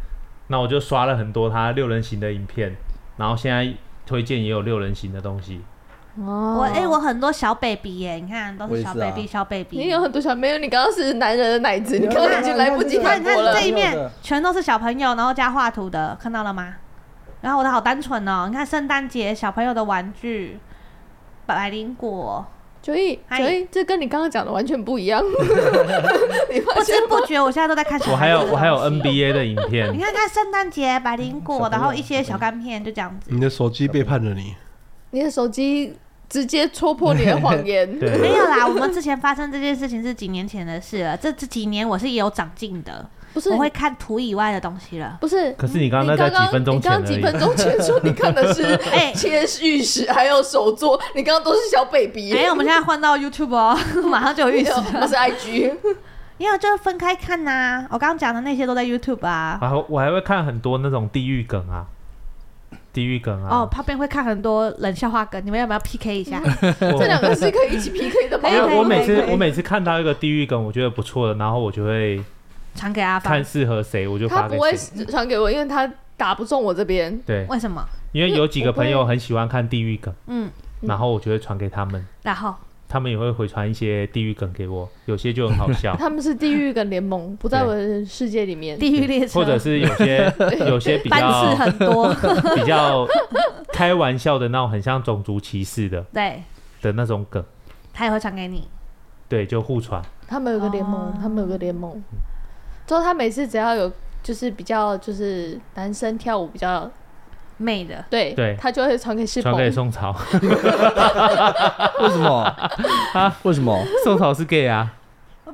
[SPEAKER 5] 那我就刷了很多他六人行的影片，然后现在推荐也有六人行的东西。
[SPEAKER 4] 哦
[SPEAKER 2] 我哎、我很多小 baby 耶，你看都
[SPEAKER 3] 我
[SPEAKER 2] 是
[SPEAKER 3] 也是
[SPEAKER 2] 小
[SPEAKER 3] 啊
[SPEAKER 2] baby 小 baby。
[SPEAKER 4] 你有很多小朋友，你刚刚是男人的奶子，你刚刚已经来不及
[SPEAKER 2] 你看你
[SPEAKER 4] 反驳
[SPEAKER 2] 看
[SPEAKER 4] 了
[SPEAKER 2] 这。一
[SPEAKER 3] 没有
[SPEAKER 2] 面
[SPEAKER 3] 的
[SPEAKER 2] 全都是小朋友，然后加画图的，看到了吗？然后我的好单纯哦，你看圣诞节小朋友的玩具，百灵果，
[SPEAKER 4] 九一，
[SPEAKER 2] 嗨
[SPEAKER 4] 九一，这跟你刚刚讲的完全不 一样。你发
[SPEAKER 2] 不
[SPEAKER 4] 现
[SPEAKER 2] 知不觉我现在都在看小
[SPEAKER 5] 我还
[SPEAKER 2] 孩子
[SPEAKER 5] 有
[SPEAKER 2] 的
[SPEAKER 5] 我还有
[SPEAKER 2] 东西哦
[SPEAKER 5] NBA 的影
[SPEAKER 2] 你
[SPEAKER 5] 片，
[SPEAKER 2] 看看圣诞节百灵果，
[SPEAKER 3] 小朋友
[SPEAKER 2] 然后一些小干片，就这样子。
[SPEAKER 5] 嗯
[SPEAKER 1] 你的手机背叛了你，
[SPEAKER 4] 你的手机直接戳破你的谎言。
[SPEAKER 5] 对
[SPEAKER 2] 没有啦，我们之前发生这件事情是几年前的事了。这这几年我是也有长进的，
[SPEAKER 4] 不是
[SPEAKER 2] 我会看图以外的东西了。
[SPEAKER 4] 不是，
[SPEAKER 5] 可是你刚刚那在几分钟
[SPEAKER 4] 哎你
[SPEAKER 5] 前
[SPEAKER 4] 刚刚
[SPEAKER 5] 而
[SPEAKER 4] 几
[SPEAKER 5] 已
[SPEAKER 4] 分钟前说你看的是
[SPEAKER 2] 哎
[SPEAKER 4] 切玉石还有手作，你刚刚都是小 baby，
[SPEAKER 2] 哎、我们现在换到 YouTube 哦， 马上就有
[SPEAKER 4] 没
[SPEAKER 2] 预示
[SPEAKER 4] 有，那
[SPEAKER 2] 了。
[SPEAKER 4] 是 IG。
[SPEAKER 2] 因为就是分开看呐、我刚刚讲的那些都在 YouTube 啊。
[SPEAKER 5] 然后我还会看很多那种地狱梗啊，地狱梗啊。
[SPEAKER 2] 哦，旁边会看很多冷笑话梗，你们要不要 PK 一下？
[SPEAKER 5] 我
[SPEAKER 4] 这两个是可以一起 PK 的吗
[SPEAKER 2] 可以？
[SPEAKER 5] 因
[SPEAKER 2] 可以
[SPEAKER 5] 为我每
[SPEAKER 2] 可
[SPEAKER 5] 次
[SPEAKER 2] 以可以
[SPEAKER 5] 我每次看到一个地狱梗，我觉得不错的，然后我就会
[SPEAKER 2] 传给阿芳，
[SPEAKER 5] 看适合谁，我就
[SPEAKER 4] 他
[SPEAKER 5] 发给
[SPEAKER 4] 不会
[SPEAKER 5] 谁。
[SPEAKER 4] 传给我，因为他打不中我这边。，
[SPEAKER 5] 对，
[SPEAKER 2] 为什么？
[SPEAKER 5] 因为有几个朋友很喜欢看地狱梗，
[SPEAKER 2] 嗯，
[SPEAKER 5] 然后我就会传给他们，
[SPEAKER 2] 然后
[SPEAKER 5] 他们也会回传一些地狱梗给我，有些就很好笑
[SPEAKER 4] 他们是地狱跟联盟，不在我的世界里 面。
[SPEAKER 2] 地狱列车
[SPEAKER 5] 或者是有些有些比
[SPEAKER 2] 班次
[SPEAKER 5] 较
[SPEAKER 2] 很多，
[SPEAKER 5] 比较开玩笑的那种，很像种族歧视的
[SPEAKER 2] 对，
[SPEAKER 5] 的那种梗，
[SPEAKER 2] 他也会传给你。
[SPEAKER 5] 对，就互传。
[SPEAKER 4] 他们有个联盟
[SPEAKER 2] 哦，
[SPEAKER 4] 他们有个联盟。之后他每次只要有就是比较就是男生跳舞比较
[SPEAKER 2] 妹的，
[SPEAKER 4] 对，
[SPEAKER 5] 对
[SPEAKER 4] 他就会传给世
[SPEAKER 5] 传给
[SPEAKER 4] 鹏。
[SPEAKER 5] 宋朝，
[SPEAKER 3] 查为什么啊？为什 么？
[SPEAKER 5] 宋朝是 gay 啊，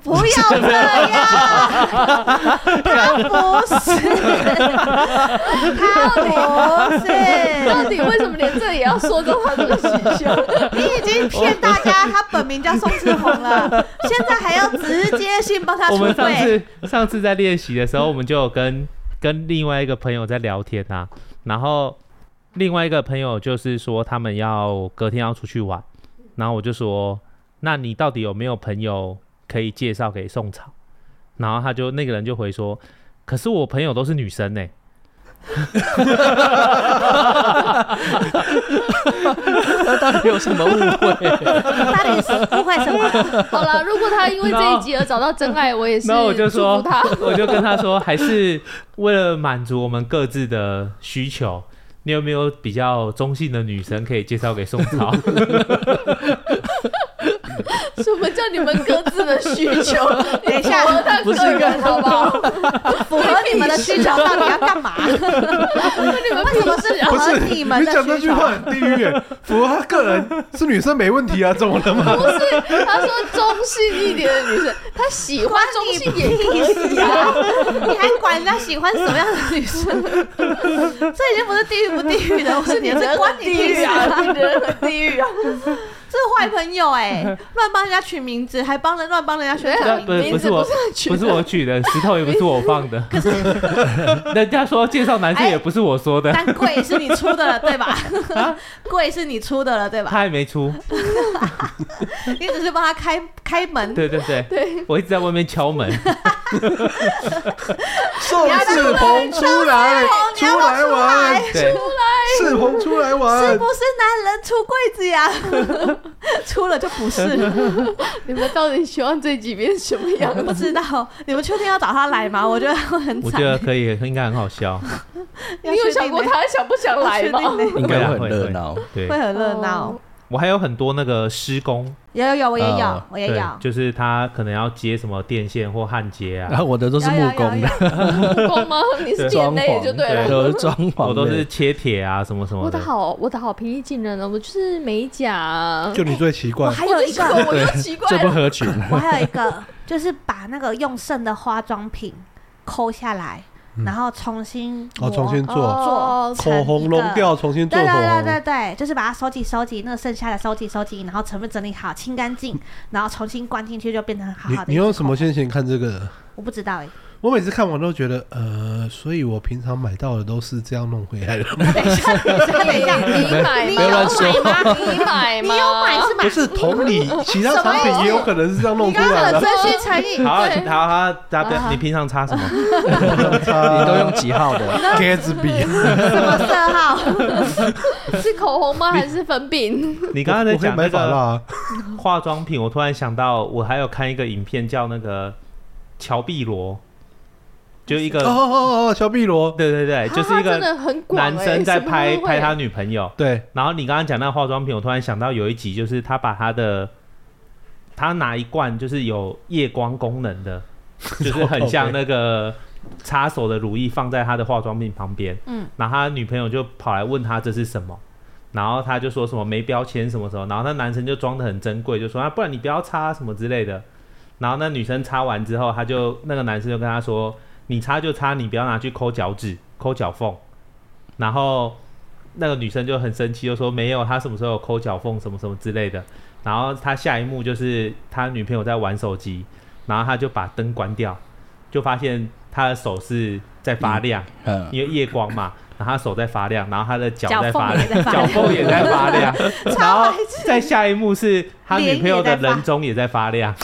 [SPEAKER 2] 不要这样，他不是，他不
[SPEAKER 4] 到
[SPEAKER 2] 是，
[SPEAKER 4] 底为什么连这也要说中他这个形象？
[SPEAKER 2] 你已经骗大家，他本名叫宋志宏了，现在还要直接性帮他
[SPEAKER 5] 我
[SPEAKER 2] 出
[SPEAKER 5] 们上
[SPEAKER 2] 柜，
[SPEAKER 5] 次上次在练习的时候，我们就有跟跟另外一个朋友在聊天啊，然后另外一个朋友就是说他们要隔天要出去玩，然后我就说，那你到底有没有朋友可以介绍给宋朝？然后他就那个人就回说，可是我朋友都是女生呢、
[SPEAKER 3] 那到底有什么误会？
[SPEAKER 2] 到底是误会什么？
[SPEAKER 4] 好了，如果他因为这一集而找到真爱，我也是
[SPEAKER 5] 然后我就
[SPEAKER 4] 祝福
[SPEAKER 5] 说
[SPEAKER 4] 他。，
[SPEAKER 5] 我就跟他说，还是为了满足我们各自的需求，你有没有比较中性的女生可以介绍给宋朝？
[SPEAKER 4] 什么叫你们各自的需求？
[SPEAKER 2] 等一下
[SPEAKER 4] 符合他
[SPEAKER 3] 不是
[SPEAKER 4] 个人
[SPEAKER 3] 跟
[SPEAKER 4] 好不好？
[SPEAKER 2] 符合你们的需求，到底要干嘛？
[SPEAKER 4] 跟你们
[SPEAKER 2] 为什么是符
[SPEAKER 1] 不
[SPEAKER 2] 合
[SPEAKER 1] 是
[SPEAKER 2] 你 们
[SPEAKER 1] 你
[SPEAKER 2] 的
[SPEAKER 1] 讲这
[SPEAKER 2] 需
[SPEAKER 1] 句
[SPEAKER 2] 求？
[SPEAKER 1] 话很地狱、欸，符合他个人是女生没问题啊，怎么了 吗？
[SPEAKER 4] 不是？他说中性一点的女生，他喜欢中性也可以啊。
[SPEAKER 2] 你还管人家喜欢什么样的女生？这已经不是地狱不地狱的问题，是关你
[SPEAKER 4] 地
[SPEAKER 2] 屁
[SPEAKER 4] 狱
[SPEAKER 2] 事
[SPEAKER 4] 啊，
[SPEAKER 2] 啊！
[SPEAKER 4] 你人很地狱啊！
[SPEAKER 2] 这是坏朋友哎、乱帮人家取名字，还帮人乱帮人家宣传名
[SPEAKER 5] 不是
[SPEAKER 2] 字。
[SPEAKER 4] 名字
[SPEAKER 5] 不是我
[SPEAKER 4] 不是很取
[SPEAKER 5] 不是我取的，石头也不是我放的。可是 人家说介绍男生也不是我说的，
[SPEAKER 2] 但贵是你出的了，对吧？贵是你出的了，对
[SPEAKER 5] 他
[SPEAKER 2] 吧？
[SPEAKER 5] 还没出。
[SPEAKER 2] 你只是帮他开开门，
[SPEAKER 5] 对对对，我一直在外面敲门，
[SPEAKER 1] 宋志鹏出来，
[SPEAKER 2] 出来
[SPEAKER 1] 来玩，
[SPEAKER 5] 对，
[SPEAKER 1] 翅膀出来
[SPEAKER 2] 是
[SPEAKER 1] 玩
[SPEAKER 2] 不。是男人出柜子呀？ 出了就不是了，
[SPEAKER 4] 你们到底希望这几遍什么样？
[SPEAKER 2] 不知 道你们确定要找他来吗？我觉得会很
[SPEAKER 5] 我
[SPEAKER 2] 惨
[SPEAKER 5] 觉。得可以，应该很好笑，
[SPEAKER 4] 你
[SPEAKER 2] 要确
[SPEAKER 4] 有
[SPEAKER 2] 定
[SPEAKER 4] 想过
[SPEAKER 2] 呢
[SPEAKER 4] 他想不想来吗？
[SPEAKER 2] 要确定呢
[SPEAKER 3] 应该会
[SPEAKER 5] 会
[SPEAKER 3] 很
[SPEAKER 5] 会
[SPEAKER 3] 热闹。
[SPEAKER 5] 对
[SPEAKER 2] 会很热闹
[SPEAKER 4] 哦。
[SPEAKER 5] 我还有很多那个施工，
[SPEAKER 2] 有有有，我也有
[SPEAKER 3] 呃，
[SPEAKER 2] 我也
[SPEAKER 5] 对
[SPEAKER 2] 有，。
[SPEAKER 5] 就是他可能要接什么电线或焊接
[SPEAKER 3] 然
[SPEAKER 5] 啊，
[SPEAKER 3] 后我的都是
[SPEAKER 2] 有
[SPEAKER 3] 木工的，
[SPEAKER 2] 的，
[SPEAKER 4] 够吗？你是
[SPEAKER 3] 装
[SPEAKER 4] 店内就
[SPEAKER 3] 潢，
[SPEAKER 4] 对了。
[SPEAKER 3] 我是装潢，
[SPEAKER 5] 我都是。切铁啊什么什么
[SPEAKER 4] 我的
[SPEAKER 5] 的。
[SPEAKER 4] 好，我的好平易近人哦，我就是美甲啊。
[SPEAKER 1] 就你最奇怪
[SPEAKER 2] 我，还有一个，
[SPEAKER 4] 我又奇怪
[SPEAKER 3] 这不
[SPEAKER 4] 了，
[SPEAKER 3] 合群，
[SPEAKER 2] 我还有一个，就是把那个用剩的化妆品抠下来，然后重新
[SPEAKER 1] 哦，
[SPEAKER 2] 磨
[SPEAKER 1] 重新做
[SPEAKER 4] 哦
[SPEAKER 2] 成一
[SPEAKER 1] 口
[SPEAKER 2] 个
[SPEAKER 1] 红弄掉，重新做
[SPEAKER 2] 对
[SPEAKER 1] 口
[SPEAKER 2] 对对对
[SPEAKER 1] 红。
[SPEAKER 2] 对，就是把它收集收集，那个剩下的收集收集，然后成分整理好，清干净，然后重新灌进去，就变成好
[SPEAKER 1] 你
[SPEAKER 2] 好的。
[SPEAKER 1] 你用什么？心情看这个的？
[SPEAKER 2] 我不知道哎、
[SPEAKER 1] 我每次看完都觉得，呃，所以我平常买到的都是这样弄回 来的。
[SPEAKER 2] 等一下，
[SPEAKER 4] 你买
[SPEAKER 2] 你
[SPEAKER 3] 不要乱
[SPEAKER 4] 吗？
[SPEAKER 3] 说
[SPEAKER 2] 有买吗？
[SPEAKER 4] 你买
[SPEAKER 2] 你
[SPEAKER 4] 吗？
[SPEAKER 2] 有买是买
[SPEAKER 1] 不？是同理，其他产品也有可能是这样弄
[SPEAKER 2] 你
[SPEAKER 1] 出
[SPEAKER 2] 刚刚
[SPEAKER 1] 来的。
[SPEAKER 2] 很真心诚意，
[SPEAKER 5] 好啊，
[SPEAKER 4] 对
[SPEAKER 5] 好啊，大
[SPEAKER 4] 好
[SPEAKER 5] 家
[SPEAKER 4] 啊
[SPEAKER 5] 你平常擦什么？
[SPEAKER 3] 你都用几号的？
[SPEAKER 1] Gatsby，
[SPEAKER 2] 什么色号？
[SPEAKER 4] 是口红吗？还是粉饼？
[SPEAKER 5] 你刚刚在
[SPEAKER 1] 我可以
[SPEAKER 5] 讲
[SPEAKER 1] 买
[SPEAKER 5] 那
[SPEAKER 1] 法
[SPEAKER 5] 个
[SPEAKER 1] 拉，
[SPEAKER 5] 化妆品，我突然想到，我还有看一个影片叫那个乔碧罗，就一
[SPEAKER 1] 哦
[SPEAKER 5] 个，
[SPEAKER 1] 哦哦哦，小碧罗，
[SPEAKER 5] 对对对，哎就是一
[SPEAKER 4] 啊他真
[SPEAKER 5] 个
[SPEAKER 4] 的很广欸
[SPEAKER 5] 男生在拍拍他
[SPEAKER 4] 他，
[SPEAKER 5] 女朋友。
[SPEAKER 1] 对，
[SPEAKER 5] 然后你刚刚讲那个化妆品，我突然想到有一集，就是他把他的他拿一罐就是有夜光功能的，就是很像那个擦手的乳液放在他的化妆品旁边，
[SPEAKER 2] 嗯
[SPEAKER 5] 嗯，然后他女朋友就跑来问他这是什么。然后他就说什么没标签什么什么，然后那男生就装的很珍贵，就说啊，不然你不要擦什么之类的。然后那女生擦完之后，他就那个男生就跟他说，你擦就擦，你不要拿去抠脚趾、抠脚缝。然后那个女生就很生气，就说没有，他什么时候有抠脚缝什么什么之类的。然后他下一幕就是他女朋友在玩手机，然后他就把灯关掉，就发现他的手是在发亮，
[SPEAKER 3] 嗯，
[SPEAKER 5] 因为夜光嘛，然后他手在发亮，然后他的脚
[SPEAKER 2] 脚
[SPEAKER 5] 在
[SPEAKER 2] 缝
[SPEAKER 5] 发
[SPEAKER 2] 也在
[SPEAKER 5] 亮，
[SPEAKER 2] 发
[SPEAKER 5] 脚缝也在发 亮，然后在下一幕是他女朋友的
[SPEAKER 2] 脸也在
[SPEAKER 5] 人
[SPEAKER 2] 发
[SPEAKER 5] 中也在发 亮，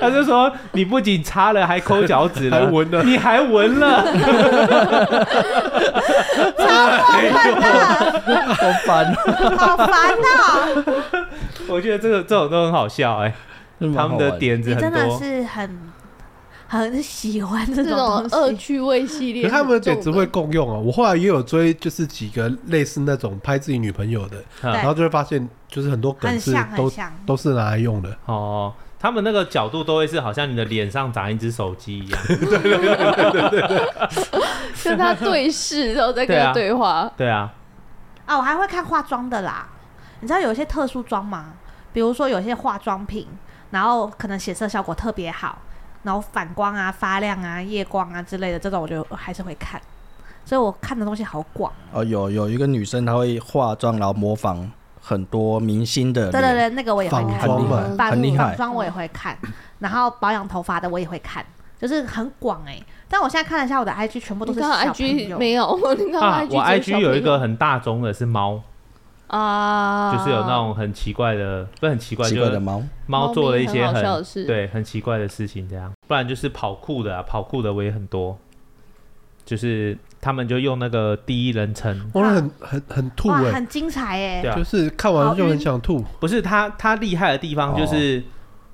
[SPEAKER 5] 他就说你不仅擦了，还抠脚趾
[SPEAKER 1] 还
[SPEAKER 5] 了，
[SPEAKER 1] 闻了，
[SPEAKER 5] 你还闻了。
[SPEAKER 2] 真的
[SPEAKER 3] 好烦，
[SPEAKER 2] 好烦 哦！
[SPEAKER 5] 我觉得这个这种都很好笑哎、他们的点子
[SPEAKER 2] 你
[SPEAKER 5] 很
[SPEAKER 2] 真的
[SPEAKER 5] 多。
[SPEAKER 2] 是很很喜欢这
[SPEAKER 4] 这种
[SPEAKER 2] 种东
[SPEAKER 4] 恶
[SPEAKER 2] 西。
[SPEAKER 4] 趣味系
[SPEAKER 1] 可是
[SPEAKER 4] 列很重的，
[SPEAKER 1] 他们的点子会共用啊。我后来也有追，就是几个类似那种拍自己女朋友的，
[SPEAKER 5] 嗯
[SPEAKER 1] 然后就会发现，就是很多梗
[SPEAKER 2] 很
[SPEAKER 1] 是
[SPEAKER 2] 像
[SPEAKER 1] 都
[SPEAKER 2] 很像，
[SPEAKER 1] 都是拿来用的。
[SPEAKER 5] 哦，他们那个角度都会是好像你的脸上长一只手机一样。
[SPEAKER 4] 跟他对视，然后再跟他
[SPEAKER 5] 对
[SPEAKER 4] 对话。
[SPEAKER 5] 对啊，
[SPEAKER 2] 啊，我还会看化妆的啦。你知道有一些特殊妆吗？比如说有些化妆品，然后可能显色效果特别好，然后反光啊、发亮啊、夜光啊之类的，这种我就还是会看。所以我看的东西好广，
[SPEAKER 3] 哦，有有一个女生她会化妆，然后模仿很多明星的
[SPEAKER 2] 对对
[SPEAKER 3] 脸，
[SPEAKER 2] 对，那个我也会
[SPEAKER 1] 仿
[SPEAKER 2] 看，
[SPEAKER 1] 妆
[SPEAKER 3] 嘛
[SPEAKER 2] 仿
[SPEAKER 3] 很厉害
[SPEAKER 2] 仿妆我也会看，然后保养头发的我也会看，就是很广哎、但我现在看了一下我的 IG，全部都
[SPEAKER 4] 你
[SPEAKER 2] 是
[SPEAKER 4] 刚
[SPEAKER 2] 小
[SPEAKER 4] 刚
[SPEAKER 2] 朋
[SPEAKER 4] IG
[SPEAKER 2] 友。
[SPEAKER 4] 没有？ 你刚
[SPEAKER 5] 啊
[SPEAKER 4] 刚，
[SPEAKER 5] 我
[SPEAKER 4] IG 只
[SPEAKER 5] IG 有一
[SPEAKER 4] 小朋友
[SPEAKER 5] 个很大众的是猫，
[SPEAKER 4] 啊，
[SPEAKER 5] 就是有那种很奇怪的，不是很奇怪，
[SPEAKER 3] 奇
[SPEAKER 5] 就
[SPEAKER 3] 怪的
[SPEAKER 5] 是
[SPEAKER 3] 猫，
[SPEAKER 5] 猫做了一些
[SPEAKER 4] 猫咪很好笑的
[SPEAKER 5] 很
[SPEAKER 4] 事
[SPEAKER 5] 对很奇怪的事情这样。不然就是跑酷的啊，跑酷的我也很多，就是他们就用那个第一人称，
[SPEAKER 1] 哇，那很很很吐
[SPEAKER 2] 哇，
[SPEAKER 1] 哎，
[SPEAKER 2] 很精彩哎、
[SPEAKER 5] 对啊
[SPEAKER 1] 就是看完就很想吐。
[SPEAKER 5] 不是他他厉害的地方就是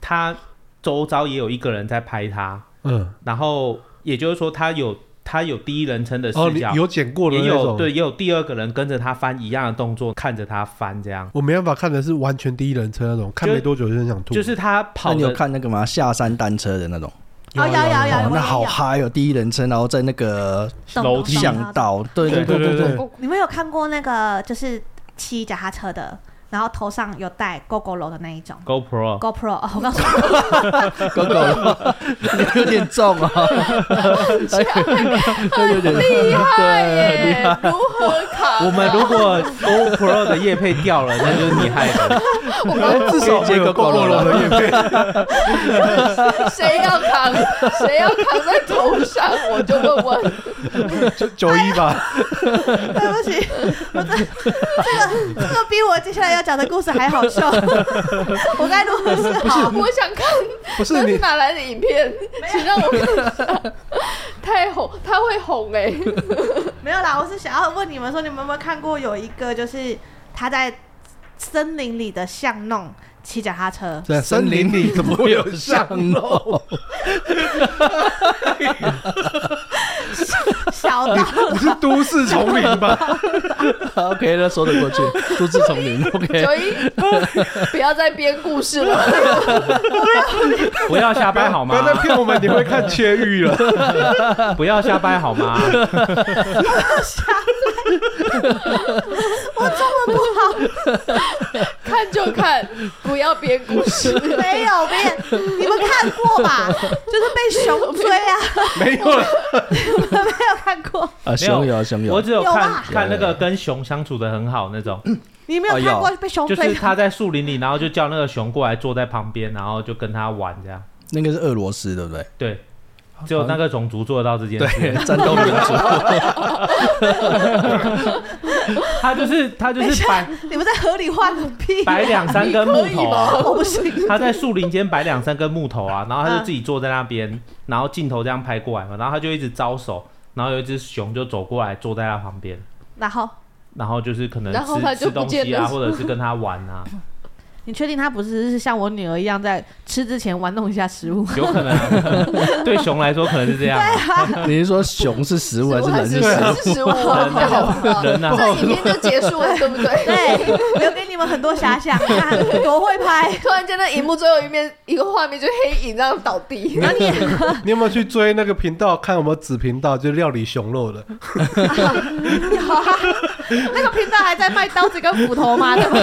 [SPEAKER 5] 他周遭也有一个人在拍他。
[SPEAKER 1] 嗯，
[SPEAKER 5] 然后也就是说，他有他有第一人称的
[SPEAKER 1] 哦，
[SPEAKER 5] 视
[SPEAKER 1] 你
[SPEAKER 5] 角，
[SPEAKER 1] 有剪过的
[SPEAKER 5] 也
[SPEAKER 1] 那
[SPEAKER 5] 有
[SPEAKER 1] 种，
[SPEAKER 5] 对，也有第二个人跟着他翻一样的动作，看着他翻这样。
[SPEAKER 1] 我没办法看的是完全第一人称那种，看
[SPEAKER 5] 就
[SPEAKER 1] 没多久就很想吐。
[SPEAKER 5] 就是他
[SPEAKER 3] 那
[SPEAKER 5] 跑
[SPEAKER 3] 你有
[SPEAKER 5] 的，
[SPEAKER 3] 看那个吗？下山单车的那种，
[SPEAKER 2] 哦，有有有，
[SPEAKER 3] 哦
[SPEAKER 2] 有，我
[SPEAKER 3] 那好
[SPEAKER 2] 也有
[SPEAKER 3] 嗨哦，第一人称，然后在那个
[SPEAKER 2] 懂
[SPEAKER 5] 楼梯
[SPEAKER 2] 懂懂
[SPEAKER 3] 巷道，对对
[SPEAKER 1] 对
[SPEAKER 3] 对
[SPEAKER 1] 对
[SPEAKER 3] 对对，
[SPEAKER 1] 对，
[SPEAKER 2] 你们有看过那个就是骑脚踏车的，然后头上有戴 GoGo 楼的那一种
[SPEAKER 5] GoPro，
[SPEAKER 2] GoPro？哦，我告诉
[SPEAKER 3] 狗狗的有点重啊，有点厉害
[SPEAKER 4] 对，如何卡？
[SPEAKER 5] 我们如果 GoPro 的叶配掉了，那就是你害的。
[SPEAKER 4] 我们
[SPEAKER 1] 至少没有够过了的叶片。
[SPEAKER 4] 谁要扛？谁要扛在头上？我就 问问。
[SPEAKER 1] 九九一吧，
[SPEAKER 2] 你，对不起，我这这个这个比我接下来要讲的故事还好笑， 我该如何是好？
[SPEAKER 4] 我想看
[SPEAKER 1] 不是
[SPEAKER 4] 那
[SPEAKER 1] 你
[SPEAKER 4] 是哪来的影片？请让我看一下。太红，他会红哎、
[SPEAKER 2] 没有啦，我是想要问你们说，你们有没有看过有一个就是他在森林里的巷弄骑脚踏车？
[SPEAKER 1] 在森林里怎么会有巷弄？
[SPEAKER 2] 小到
[SPEAKER 1] 你是都市丛林吧？
[SPEAKER 3] OK，那说得 过去，都市丛林 OK。
[SPEAKER 4] 九一，不要再编故事了。
[SPEAKER 5] 不要瞎
[SPEAKER 1] 不
[SPEAKER 5] 掰
[SPEAKER 1] 要
[SPEAKER 5] 好
[SPEAKER 1] 不要再
[SPEAKER 5] 吗？
[SPEAKER 1] 骗我们，你会看切玉了。
[SPEAKER 5] 不要瞎掰好吗？
[SPEAKER 4] 看就看，不要编故事。
[SPEAKER 2] 没有变，你们看过 吧？就是被熊追啊，
[SPEAKER 1] 没有了，
[SPEAKER 2] 没有看过，
[SPEAKER 3] 啊，熊有熊
[SPEAKER 5] 我
[SPEAKER 3] 有，
[SPEAKER 5] 只有
[SPEAKER 2] 有
[SPEAKER 5] 看
[SPEAKER 2] 吧
[SPEAKER 5] 看那个跟熊相处的很好那种，
[SPEAKER 2] 你没有看过被熊
[SPEAKER 5] 哎就是
[SPEAKER 2] 追啊
[SPEAKER 5] 他在树林里，然后就叫那个熊过来坐在旁边，然后就跟他玩这样。
[SPEAKER 3] 那个是俄罗斯对不对？
[SPEAKER 5] 对，只有那个种族做得到这件事。
[SPEAKER 3] 对，战斗民 族，
[SPEAKER 5] 他就是他就是摆
[SPEAKER 2] 你们在河里画个 屁！
[SPEAKER 5] 摆两三根木头啊，
[SPEAKER 2] 我不行，
[SPEAKER 5] 他在树林间摆两三根木头啊，然后他就自己坐在那 边，然后镜头这样拍过来嘛，然后他就一直招手，然后有一只熊就走过来坐在他旁边，
[SPEAKER 2] 然后
[SPEAKER 5] 然后就是可能
[SPEAKER 4] 然后他
[SPEAKER 5] 吃
[SPEAKER 4] 就
[SPEAKER 5] 吃
[SPEAKER 4] 不
[SPEAKER 5] 东
[SPEAKER 4] 见
[SPEAKER 5] 西啊，
[SPEAKER 4] 了
[SPEAKER 5] 或者是跟他玩啊，
[SPEAKER 2] 你确定他不是是像我女儿一样在吃之前玩弄一下食物？
[SPEAKER 5] 有可能 啊对熊来说可能是这样 啊，
[SPEAKER 3] 你是说熊是食物还是人是食物？
[SPEAKER 4] 是食物，
[SPEAKER 5] 人啊
[SPEAKER 4] 这影片就结束了，对不对？
[SPEAKER 2] 对，留给你们很多遐想，看多会拍。
[SPEAKER 4] 突然间，那荧幕最后一面一个画面就黑影这样倒地，
[SPEAKER 2] 然后你也
[SPEAKER 1] 你有没有去追那个频道？看有没有子频道，就是料理熊肉的。
[SPEAKER 2] 那个频道还在卖刀子跟斧头 吗？对吧？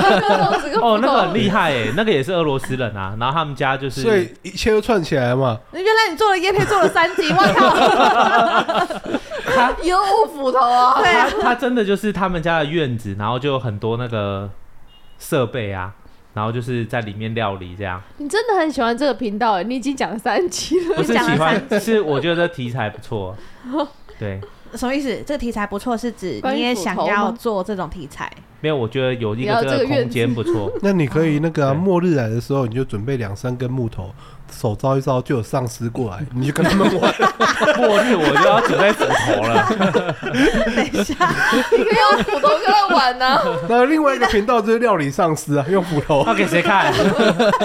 [SPEAKER 5] 哦
[SPEAKER 4] 哦，
[SPEAKER 5] 那个很厉害哎，那个也是俄罗斯人啊，然后他们家就
[SPEAKER 1] 所
[SPEAKER 5] 是
[SPEAKER 1] 以一切都串起来嘛。
[SPEAKER 2] 原来你做了叶片做了三集，我靠！
[SPEAKER 4] 有五斧头啊！
[SPEAKER 2] 对
[SPEAKER 5] 他
[SPEAKER 2] 啊，
[SPEAKER 5] 他真的就是他们家的院子，然后就有很多那个设备啊，然后就是在里面料理这样。
[SPEAKER 4] 你真的很喜欢这个频道，欸你已经讲了三集 了。
[SPEAKER 5] 不是
[SPEAKER 2] 讲了
[SPEAKER 5] 喜欢，是我觉得这题材不错。对，
[SPEAKER 2] 什么意思？这个题材不错，是指
[SPEAKER 4] 关于
[SPEAKER 2] 你也想
[SPEAKER 4] 斧头
[SPEAKER 2] 要
[SPEAKER 4] 吗
[SPEAKER 2] 做这种题材？
[SPEAKER 5] 没有，我觉得有一
[SPEAKER 4] 你要
[SPEAKER 5] 个
[SPEAKER 4] 这
[SPEAKER 5] 这
[SPEAKER 4] 个
[SPEAKER 5] 个
[SPEAKER 4] 院
[SPEAKER 5] 空间不错。
[SPEAKER 1] 那你可以那个啊、
[SPEAKER 5] 哦对
[SPEAKER 1] 末日来的时候，你就准备两三根木头，手招一招就有丧尸过来，你就跟他们玩。
[SPEAKER 5] 末日我就要准备斧头了，
[SPEAKER 2] 等一下，
[SPEAKER 4] 你可以用斧头跟他玩啊呢、
[SPEAKER 1] 那另外一个频道就是料理丧尸啊，用斧 头
[SPEAKER 5] 要。给谁看？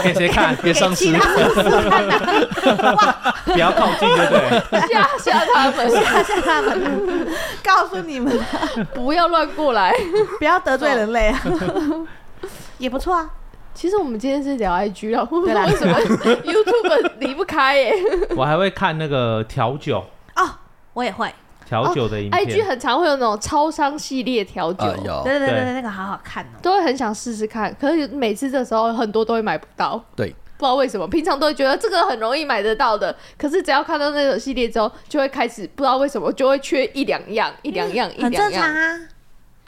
[SPEAKER 5] 给谁看？
[SPEAKER 3] 别丧
[SPEAKER 2] 其
[SPEAKER 3] 尸
[SPEAKER 2] 他，是不是看到
[SPEAKER 5] 不要靠近，对不对？
[SPEAKER 4] 吓吓他 们，
[SPEAKER 2] 吓吓他们？告诉你们，
[SPEAKER 4] 不要乱过来。
[SPEAKER 2] 不要得罪人类啊！也不错啊，
[SPEAKER 4] 其实我们今天是聊 IG 然后
[SPEAKER 2] 对啦
[SPEAKER 4] 为 什么 YouTube 离不开耶、
[SPEAKER 5] 我还会看那个调酒，
[SPEAKER 2] 哦我也会。
[SPEAKER 5] 调酒的影
[SPEAKER 4] i g
[SPEAKER 5] 片。
[SPEAKER 4] 很常会有那种超商系列调酒，
[SPEAKER 3] 啊有，
[SPEAKER 2] 对对对
[SPEAKER 5] 对
[SPEAKER 2] 对，那个好好看哦。
[SPEAKER 4] 都会很想试试看。可是每次这时候很多都会买不到，
[SPEAKER 3] 对，
[SPEAKER 4] 不知道为什么。平常都会觉得这个很容易买得到的，可是只要看到那种系列之后，就会开始不知道为什么就会缺一两样、一两样、
[SPEAKER 2] 嗯
[SPEAKER 4] 一
[SPEAKER 2] 很
[SPEAKER 4] 两
[SPEAKER 2] 正常
[SPEAKER 4] 样。
[SPEAKER 2] 啊，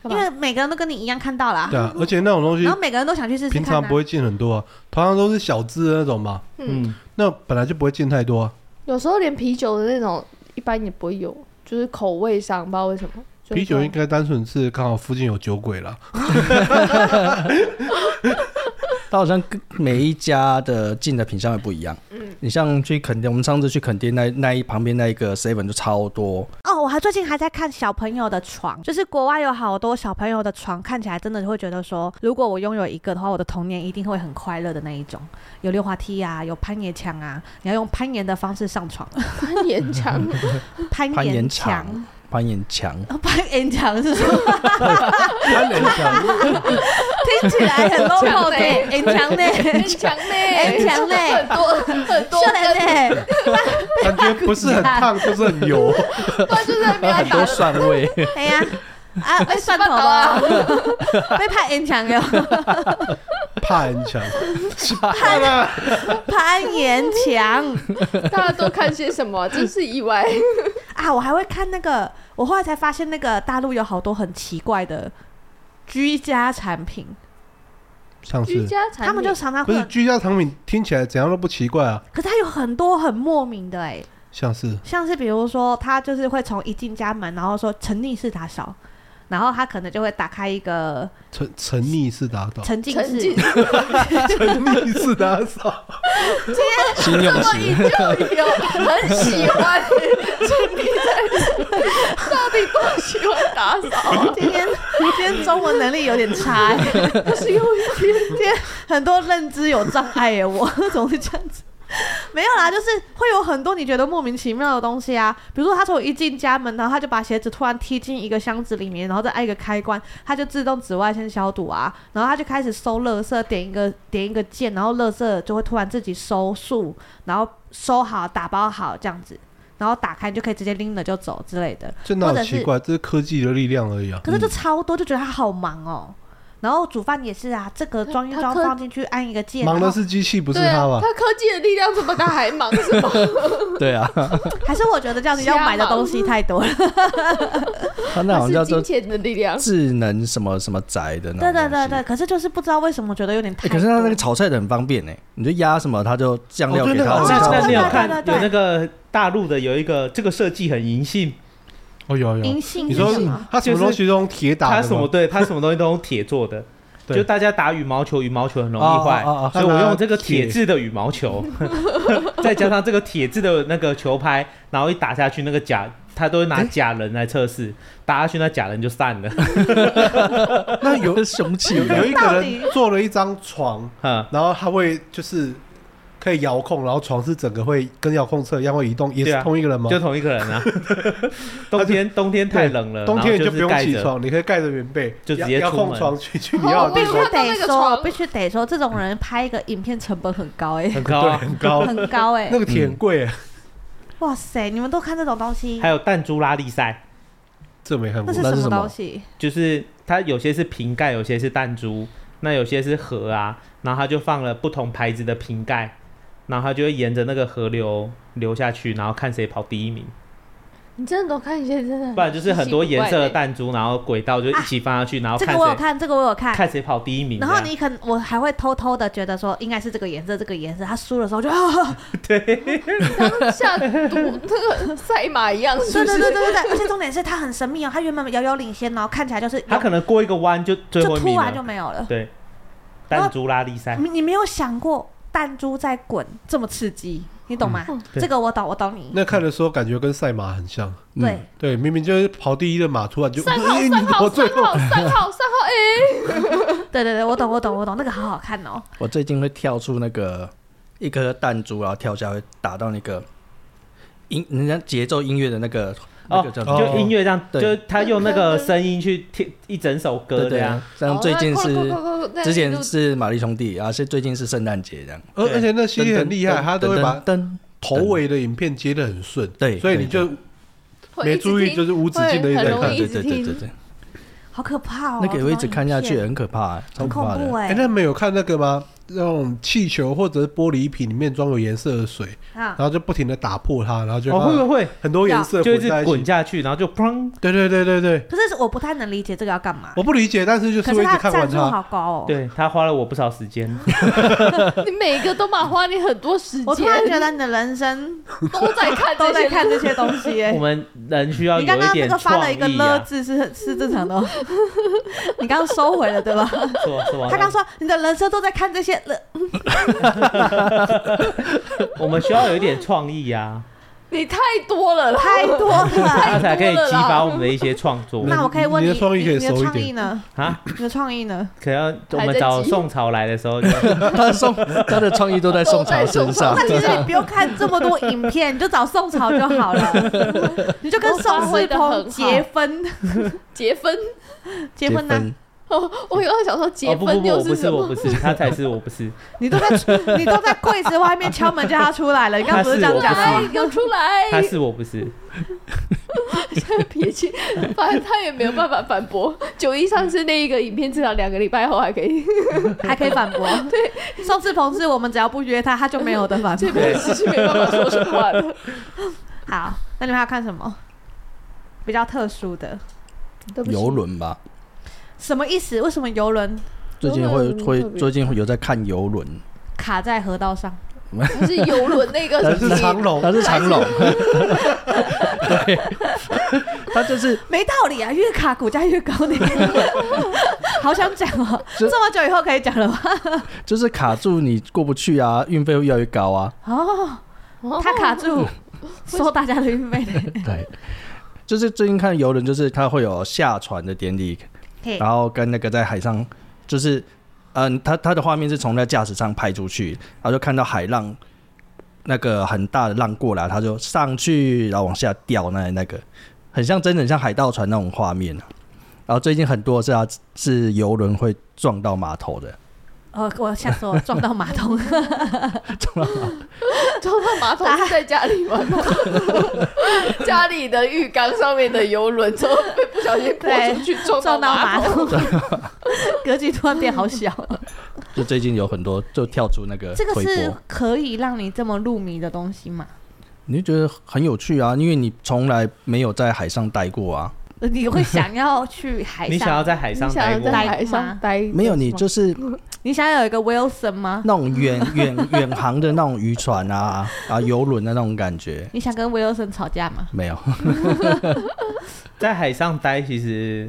[SPEAKER 4] 干
[SPEAKER 2] 因
[SPEAKER 4] 嘛
[SPEAKER 2] 为每个人都跟你一样看到了啊，
[SPEAKER 1] 对啊，而且那种东西
[SPEAKER 2] 然后每个人都想去试试
[SPEAKER 1] 平
[SPEAKER 2] 看啊。
[SPEAKER 1] 常不会进很多啊，通常都是小只的那种嘛，
[SPEAKER 5] 嗯，
[SPEAKER 1] 那本来就不会进太多啊。
[SPEAKER 4] 有时候连啤酒的那种一般也不会有，就是口味上不知道为什么。就是
[SPEAKER 1] 啤酒
[SPEAKER 4] 说
[SPEAKER 1] 应该单纯是刚好附近有酒鬼啦，
[SPEAKER 3] 它好像跟每一家的进的品相也不一样。嗯，你像去垦丁，我们上次去垦丁那那一旁边那一个 seven 就超多，
[SPEAKER 2] 哦，我还最近还在看小朋友的床，就是国外有好多小朋友的床，看起来真的会觉得说，如果我拥有一个的话，我的童年一定会很快乐的那一种。有溜滑梯啊，有攀岩墙啊，你要用攀岩的方式上床，
[SPEAKER 4] 攀岩墙，
[SPEAKER 2] 攀
[SPEAKER 3] 攀岩
[SPEAKER 2] 墙
[SPEAKER 3] 墙。攀岩 墙，
[SPEAKER 2] 哦攀岩墙是什么？
[SPEAKER 1] 攀岩墙，
[SPEAKER 2] 听起来很 local 的
[SPEAKER 4] 墙内
[SPEAKER 2] 岩墙内，
[SPEAKER 4] 岩墙呢？
[SPEAKER 2] 岩墙内
[SPEAKER 4] 很多很多
[SPEAKER 2] 秀
[SPEAKER 4] 根
[SPEAKER 2] 兰内，
[SPEAKER 1] 感觉不是很烫就是很油，
[SPEAKER 4] 不然就是在那边要
[SPEAKER 3] 很多
[SPEAKER 4] 打
[SPEAKER 3] 蒜味，
[SPEAKER 2] 哎呀。啊，被蒜头
[SPEAKER 4] 头啊
[SPEAKER 2] 啊， 被攀岩墙了，
[SPEAKER 1] 攀岩墙，看啊，
[SPEAKER 2] 攀岩墙
[SPEAKER 4] 大家都看些什么？真是意外。
[SPEAKER 2] 啊！我还会看那个，我后来才发现那个大陆有好多很奇怪的居家产品，
[SPEAKER 1] 像
[SPEAKER 4] 居
[SPEAKER 1] 是
[SPEAKER 4] 家产品，
[SPEAKER 2] 他们就常常
[SPEAKER 1] 不
[SPEAKER 2] 会
[SPEAKER 1] 是
[SPEAKER 2] 有，
[SPEAKER 1] 居家产品听起来怎样都不奇怪啊，
[SPEAKER 2] 可是它有很多很莫名的哎、
[SPEAKER 1] 像是
[SPEAKER 2] 像是比如说，他就是会从一进家门，然后说沉溺式打扫，然后他可能就会打开一个
[SPEAKER 1] 沉沉溺式打扫，
[SPEAKER 2] 沉浸
[SPEAKER 4] 沉
[SPEAKER 2] 式，
[SPEAKER 4] 浸式
[SPEAKER 1] 沉溺式打扫，
[SPEAKER 3] 新用词，
[SPEAKER 4] 就有很喜欢，沉迷在，到底多喜欢打扫啊？
[SPEAKER 2] 哦今天今天中文能力有点差、欸，不是有一天，今天很多认知有障碍耶、我总是这样子。没有啦，就是会有很多你觉得莫名其妙的东西啊，比如说他从一进家门，然后他就把鞋子突然踢进一个箱子里面，然后再按一个开关，它就自动紫外线消毒啊，然后他就开始收垃圾，点一个点一个键，然后垃圾就会突然自己收束，然后收好打包好这样子，然后打开你就可以直接拎了就走之类的。
[SPEAKER 1] 这哪
[SPEAKER 2] 或
[SPEAKER 1] 有
[SPEAKER 2] 者是
[SPEAKER 1] 奇怪？这是科技的力量而已啊！
[SPEAKER 2] 可是就超多，就觉得他好忙哦。然后煮饭也是啊，这个装一
[SPEAKER 4] 他
[SPEAKER 2] 装
[SPEAKER 4] 可
[SPEAKER 2] 放进去按一个键，
[SPEAKER 1] 忙
[SPEAKER 2] 然
[SPEAKER 1] 的
[SPEAKER 2] 后
[SPEAKER 1] 是机器，不是
[SPEAKER 4] 对
[SPEAKER 1] 他吧
[SPEAKER 4] 啊，？他科技的力量这么大，还忙是吗？
[SPEAKER 3] 对啊，
[SPEAKER 2] 还是我觉得这样子要买的东西太多了。
[SPEAKER 3] 他那好像
[SPEAKER 4] 是
[SPEAKER 3] 叫做
[SPEAKER 4] 金钱的力量。
[SPEAKER 3] 智能什么什么宅的那
[SPEAKER 2] 对
[SPEAKER 3] 种。
[SPEAKER 2] 对对对，。可是就是不知道为什么觉得有点太
[SPEAKER 3] 哎，
[SPEAKER 2] 多。
[SPEAKER 3] 可是他那个炒菜的很方便呢，欸你就压什么，他就酱料
[SPEAKER 1] 哦对
[SPEAKER 3] 给
[SPEAKER 1] 那个
[SPEAKER 3] 他
[SPEAKER 1] 好
[SPEAKER 3] 自己
[SPEAKER 1] 像
[SPEAKER 3] 炒
[SPEAKER 5] 那
[SPEAKER 2] 对
[SPEAKER 5] 你有
[SPEAKER 2] 对
[SPEAKER 5] 看
[SPEAKER 2] 对对
[SPEAKER 5] 有那个大陆的有一个这个设计很银杏，
[SPEAKER 1] 哦，有有
[SPEAKER 2] 银，杏
[SPEAKER 1] 你
[SPEAKER 2] 是
[SPEAKER 1] 说
[SPEAKER 2] 什么？
[SPEAKER 1] 他什么东西都用铁打
[SPEAKER 5] 它
[SPEAKER 1] 的
[SPEAKER 5] 什么
[SPEAKER 1] 吗？
[SPEAKER 5] 对它什么东西都用铁做的。
[SPEAKER 1] 对
[SPEAKER 5] 就大家打羽毛球，羽毛球很容
[SPEAKER 3] 哦
[SPEAKER 5] 易坏
[SPEAKER 3] 哦哦哦，
[SPEAKER 5] 所以
[SPEAKER 1] 它
[SPEAKER 5] 我
[SPEAKER 1] 拿
[SPEAKER 5] 用这个铁
[SPEAKER 1] 铁
[SPEAKER 5] 质的羽毛 球，再加上这个铁质的那个球拍，然后一打下去，那个假他都会拿假人来测试，打下去那假人就散 了。
[SPEAKER 1] 那有
[SPEAKER 3] 有凶器
[SPEAKER 1] 有有一个
[SPEAKER 2] 到底
[SPEAKER 1] 人做了一张床，
[SPEAKER 5] 嗯，
[SPEAKER 1] 然后他会就是可以遥控，然后床是整个会跟遥控车一样会移动，也
[SPEAKER 5] 对
[SPEAKER 1] 是
[SPEAKER 5] 啊
[SPEAKER 1] 同一个人吗？
[SPEAKER 5] 就同一个人 啊。冬天冬天太冷了，
[SPEAKER 1] 冬天
[SPEAKER 5] 呃然
[SPEAKER 1] 你就
[SPEAKER 5] 后就
[SPEAKER 1] 不
[SPEAKER 5] 是
[SPEAKER 1] 用
[SPEAKER 5] 盖
[SPEAKER 1] 起
[SPEAKER 5] 着。
[SPEAKER 1] 床，你可以盖着棉被，
[SPEAKER 5] 就直
[SPEAKER 1] 遥
[SPEAKER 5] 接
[SPEAKER 1] 遥
[SPEAKER 5] 出
[SPEAKER 1] 控
[SPEAKER 5] 门
[SPEAKER 1] 床去去
[SPEAKER 4] 哦
[SPEAKER 1] 你要
[SPEAKER 4] 我
[SPEAKER 1] 的
[SPEAKER 2] 必
[SPEAKER 1] 地
[SPEAKER 4] 也
[SPEAKER 1] 方
[SPEAKER 2] 须，
[SPEAKER 4] 看到
[SPEAKER 2] 得
[SPEAKER 4] 那
[SPEAKER 2] 说，
[SPEAKER 4] 个床
[SPEAKER 2] 必须得说，这种人拍一个影片成本很高哎、
[SPEAKER 5] 很 高啊，
[SPEAKER 1] 很高。
[SPEAKER 2] 很高哎、
[SPEAKER 1] 哦那个铁很贵耶，
[SPEAKER 2] 哇塞，你们都看这种东西
[SPEAKER 5] 还？有弹珠拉力赛，
[SPEAKER 1] 这没看
[SPEAKER 2] 那
[SPEAKER 1] 过
[SPEAKER 2] 是。
[SPEAKER 3] 那
[SPEAKER 2] 什
[SPEAKER 3] 是
[SPEAKER 2] 么
[SPEAKER 3] 什么
[SPEAKER 2] 东西？
[SPEAKER 5] 就是它有些是瓶盖，有些是弹珠，那有些是河啊，然后它就放了不同牌子的瓶盖，然后它就会沿着那个河流流下去，然后看谁跑第一名。
[SPEAKER 4] 你真的都看一些真的，
[SPEAKER 5] 不
[SPEAKER 2] 啊
[SPEAKER 5] 然就是很多颜色的弹珠，然后轨道就一起放下去，然后
[SPEAKER 2] 这
[SPEAKER 5] 看
[SPEAKER 2] 个我有
[SPEAKER 5] 谁
[SPEAKER 2] 看，这个我有看。
[SPEAKER 5] 看谁跑第一名这
[SPEAKER 2] 然
[SPEAKER 5] 样。
[SPEAKER 2] 后 你可能我还会偷偷的觉得说，应该是这个颜色，这个颜色。他输的时候就啊，
[SPEAKER 4] 像赌那个赛马一样，是
[SPEAKER 2] 对
[SPEAKER 4] 不
[SPEAKER 2] 对对
[SPEAKER 4] 是？
[SPEAKER 2] 对对对，而且重点是他很神秘哦，他原本遥遥领先，然后看起来就是
[SPEAKER 5] 他可能过一个弯就最后
[SPEAKER 2] 就
[SPEAKER 5] 一名
[SPEAKER 2] 突然就
[SPEAKER 5] 了。
[SPEAKER 2] 没有了。
[SPEAKER 5] 对，
[SPEAKER 2] 然后
[SPEAKER 5] 弹珠拉力赛，
[SPEAKER 2] 你你没有想过弹珠在滚这么刺激，你懂吗？
[SPEAKER 5] 嗯对
[SPEAKER 2] 这个我懂，我懂你。
[SPEAKER 1] 那看的时候感觉跟赛马很像，
[SPEAKER 3] 嗯
[SPEAKER 2] 对，
[SPEAKER 1] 对，明明就是跑第一的马，突然就，
[SPEAKER 4] 三号
[SPEAKER 1] 哎，你
[SPEAKER 4] 三
[SPEAKER 1] 怎
[SPEAKER 4] 号
[SPEAKER 1] 么最
[SPEAKER 4] 三
[SPEAKER 1] 后
[SPEAKER 4] 号三号三号，哎，
[SPEAKER 2] 对对对，我懂我懂我懂，那个好好看哦。
[SPEAKER 3] 我最近会跳出那个一颗弹珠，然后跳下会打到那个音，人家节奏音乐的那个那
[SPEAKER 5] 哦
[SPEAKER 3] 个叫什么？
[SPEAKER 5] 就音乐
[SPEAKER 2] 哦
[SPEAKER 5] 这样，
[SPEAKER 3] 对
[SPEAKER 5] 就他用那个声音去贴一整首歌
[SPEAKER 3] 对
[SPEAKER 5] 这
[SPEAKER 3] 对
[SPEAKER 5] 样
[SPEAKER 3] 啊。。像最
[SPEAKER 4] 哦
[SPEAKER 3] 近是之前
[SPEAKER 4] 是
[SPEAKER 3] 是玛丽兄弟，然啊后是最近是圣诞节这样。
[SPEAKER 1] 而
[SPEAKER 5] 对
[SPEAKER 1] 呃而且那系列很厉害，他都会把
[SPEAKER 3] 灯
[SPEAKER 1] 头尾的影片接的很顺，
[SPEAKER 3] 对
[SPEAKER 1] 所以你
[SPEAKER 3] 对
[SPEAKER 1] 就没注意，就是无止境的一直在
[SPEAKER 4] 很容
[SPEAKER 1] 看
[SPEAKER 4] 易。
[SPEAKER 3] 对
[SPEAKER 4] 一直
[SPEAKER 3] 对
[SPEAKER 4] 听
[SPEAKER 3] 对对对，
[SPEAKER 2] 好可怕哦！
[SPEAKER 3] 那个我一直看下去，
[SPEAKER 2] 这种影片，
[SPEAKER 3] 很可怕欸，超
[SPEAKER 2] 很
[SPEAKER 3] 可
[SPEAKER 2] 恐
[SPEAKER 3] 怕
[SPEAKER 2] 怖
[SPEAKER 3] 的。
[SPEAKER 1] 哎，
[SPEAKER 2] 哎。
[SPEAKER 1] 那你们有看那个吗？那种气球或者是玻璃瓶里面装有颜色的水，
[SPEAKER 5] 哎
[SPEAKER 2] 啊
[SPEAKER 1] 然，后就不停的打破它，然后就
[SPEAKER 5] 哦，会不会
[SPEAKER 1] 很多颜色
[SPEAKER 5] 就一
[SPEAKER 1] 啊混
[SPEAKER 5] 直
[SPEAKER 1] 在一
[SPEAKER 5] 滚
[SPEAKER 1] 起。
[SPEAKER 5] 下去，然后就砰，
[SPEAKER 1] 对对对对对，
[SPEAKER 2] 可是我不太能理解这个要干嘛。
[SPEAKER 1] 我不理解，但是就是
[SPEAKER 2] 可
[SPEAKER 1] 会
[SPEAKER 2] 是
[SPEAKER 1] 一
[SPEAKER 2] 他
[SPEAKER 1] 直看完
[SPEAKER 2] 赞助
[SPEAKER 1] 它。
[SPEAKER 2] 好高哦。
[SPEAKER 5] 对他花了我不少时间。
[SPEAKER 4] 你每一个都蛮花你很多时
[SPEAKER 2] 我突然
[SPEAKER 4] 间，
[SPEAKER 2] 觉得你的人生
[SPEAKER 4] 都在 看
[SPEAKER 2] 都在
[SPEAKER 4] 这些。
[SPEAKER 2] 看这些东西 哎
[SPEAKER 5] 我。们人需要
[SPEAKER 2] 你
[SPEAKER 5] 有
[SPEAKER 2] 刚
[SPEAKER 5] 一
[SPEAKER 2] 刚那
[SPEAKER 5] 点
[SPEAKER 2] 个发
[SPEAKER 5] 创
[SPEAKER 2] 了一个
[SPEAKER 5] 意
[SPEAKER 2] 了
[SPEAKER 5] 啊，
[SPEAKER 2] 字是是正常的 哦，你刚刚收回了对吧？
[SPEAKER 5] 是吧？是吧？
[SPEAKER 2] 他刚说你的人生都在看这些呃了，
[SPEAKER 5] 我们需要有一点创 意啊，
[SPEAKER 4] 你太多了啦，
[SPEAKER 2] 太多 了。
[SPEAKER 5] 他才可以
[SPEAKER 4] 多了
[SPEAKER 5] 激
[SPEAKER 4] 啦
[SPEAKER 5] 发我们的一些创作
[SPEAKER 2] 那我可以问
[SPEAKER 1] 你的创意可以
[SPEAKER 2] 你的
[SPEAKER 1] 熟一
[SPEAKER 2] 创意
[SPEAKER 1] 点
[SPEAKER 2] 呢？
[SPEAKER 5] 啊。
[SPEAKER 2] 你的创意呢？
[SPEAKER 5] 可能我
[SPEAKER 4] 还
[SPEAKER 5] 们
[SPEAKER 4] 在
[SPEAKER 5] 找
[SPEAKER 4] 急
[SPEAKER 5] 宋朝来的 时候就，哦
[SPEAKER 3] 他送他的创意都在宋朝身上
[SPEAKER 2] 那，其实你不用看这么多影片，你就找宋朝就好了，你就跟宋世鹏结婚，
[SPEAKER 4] 结婚
[SPEAKER 2] 结婚啊呢？
[SPEAKER 3] 结
[SPEAKER 4] 哦，我刚刚想说
[SPEAKER 5] 哦
[SPEAKER 4] 结
[SPEAKER 5] 不不
[SPEAKER 4] 婚
[SPEAKER 5] 不，
[SPEAKER 4] 又
[SPEAKER 5] 我不
[SPEAKER 4] 什
[SPEAKER 5] 是我
[SPEAKER 4] 么
[SPEAKER 5] 不？是，他才是我 不是，
[SPEAKER 2] 你都在你都在柜子外面敲门叫他出来了，你刚刚不是这样讲啊
[SPEAKER 5] 他
[SPEAKER 2] 吗
[SPEAKER 4] 来？给我出
[SPEAKER 2] 哎
[SPEAKER 4] 来！
[SPEAKER 5] 他是我不是，
[SPEAKER 4] 撇清，反正他也没有办法反驳。九一上次那一个影片，至少两个礼拜后还可以，
[SPEAKER 2] 还可以反驳？对，宋世鹏是我们只要不约他，他就没有的反
[SPEAKER 4] 这
[SPEAKER 2] 驳。
[SPEAKER 4] 部戏 是没办法说实话的。
[SPEAKER 2] 好，那你们还要看什么比较特殊的？
[SPEAKER 4] 对不起
[SPEAKER 3] 游轮吧。
[SPEAKER 2] 什么意思？为什么游轮
[SPEAKER 3] 最近会
[SPEAKER 4] 游轮
[SPEAKER 3] 会
[SPEAKER 4] 特别
[SPEAKER 3] 最近会有在看游轮，
[SPEAKER 2] 卡在河道上？
[SPEAKER 4] 不是游轮那个
[SPEAKER 1] 但
[SPEAKER 4] 什
[SPEAKER 1] 是
[SPEAKER 4] 么
[SPEAKER 1] 长龙
[SPEAKER 3] 他是长龙，他就是
[SPEAKER 2] 没道理啊，越卡股价越高呢。好想讲哦，
[SPEAKER 3] 这
[SPEAKER 2] 这么久以后可以讲了吗？
[SPEAKER 3] 就是卡住你过不去啊，运费会越来越高啊。
[SPEAKER 2] 哦，他卡住收大家的运费呢。
[SPEAKER 3] 对，就是最近看游轮，就是它会有下船的典礼，
[SPEAKER 2] 嘿
[SPEAKER 3] 然后跟那个在海上，就是嗯，它它的画面是从那驾驶舱拍出去，然后就看到海浪。那个很大的浪过来，它就上去，然后往下掉，那那个很像真的很像海盗船那种画面啊。然后最近很多是啊，是游轮会撞到码头的，
[SPEAKER 2] 哦，我吓死我，撞到马桶。
[SPEAKER 4] 装到马桶是在家里玩吗？ 家里的浴缸上面的游轮，之后被不小心泼出去撞
[SPEAKER 2] 撞到
[SPEAKER 4] 马
[SPEAKER 2] 马
[SPEAKER 4] 桶。
[SPEAKER 2] 桶，格局突然变好小。
[SPEAKER 3] 就最近有很多就跳出那个
[SPEAKER 2] 这个
[SPEAKER 3] 推
[SPEAKER 2] 是
[SPEAKER 3] 波，
[SPEAKER 2] 可以让你这么入迷的东西吗？
[SPEAKER 3] 你就觉得很有趣啊，因为你从来没有在海上待过啊。
[SPEAKER 2] 你会想要去海上？
[SPEAKER 5] 你想要在海
[SPEAKER 4] 你
[SPEAKER 5] 上
[SPEAKER 4] 想
[SPEAKER 5] 待
[SPEAKER 4] 要
[SPEAKER 5] 过
[SPEAKER 4] 在
[SPEAKER 5] 吗？
[SPEAKER 4] 海上待？
[SPEAKER 3] 没有，你就是
[SPEAKER 2] 你想要有一个 Wilson 吗？
[SPEAKER 3] 那种远远远航的那种渔船啊啊游轮的那种感觉，
[SPEAKER 2] 你想跟 Wilson 吵架吗？
[SPEAKER 3] 没有。
[SPEAKER 5] 在海上待其实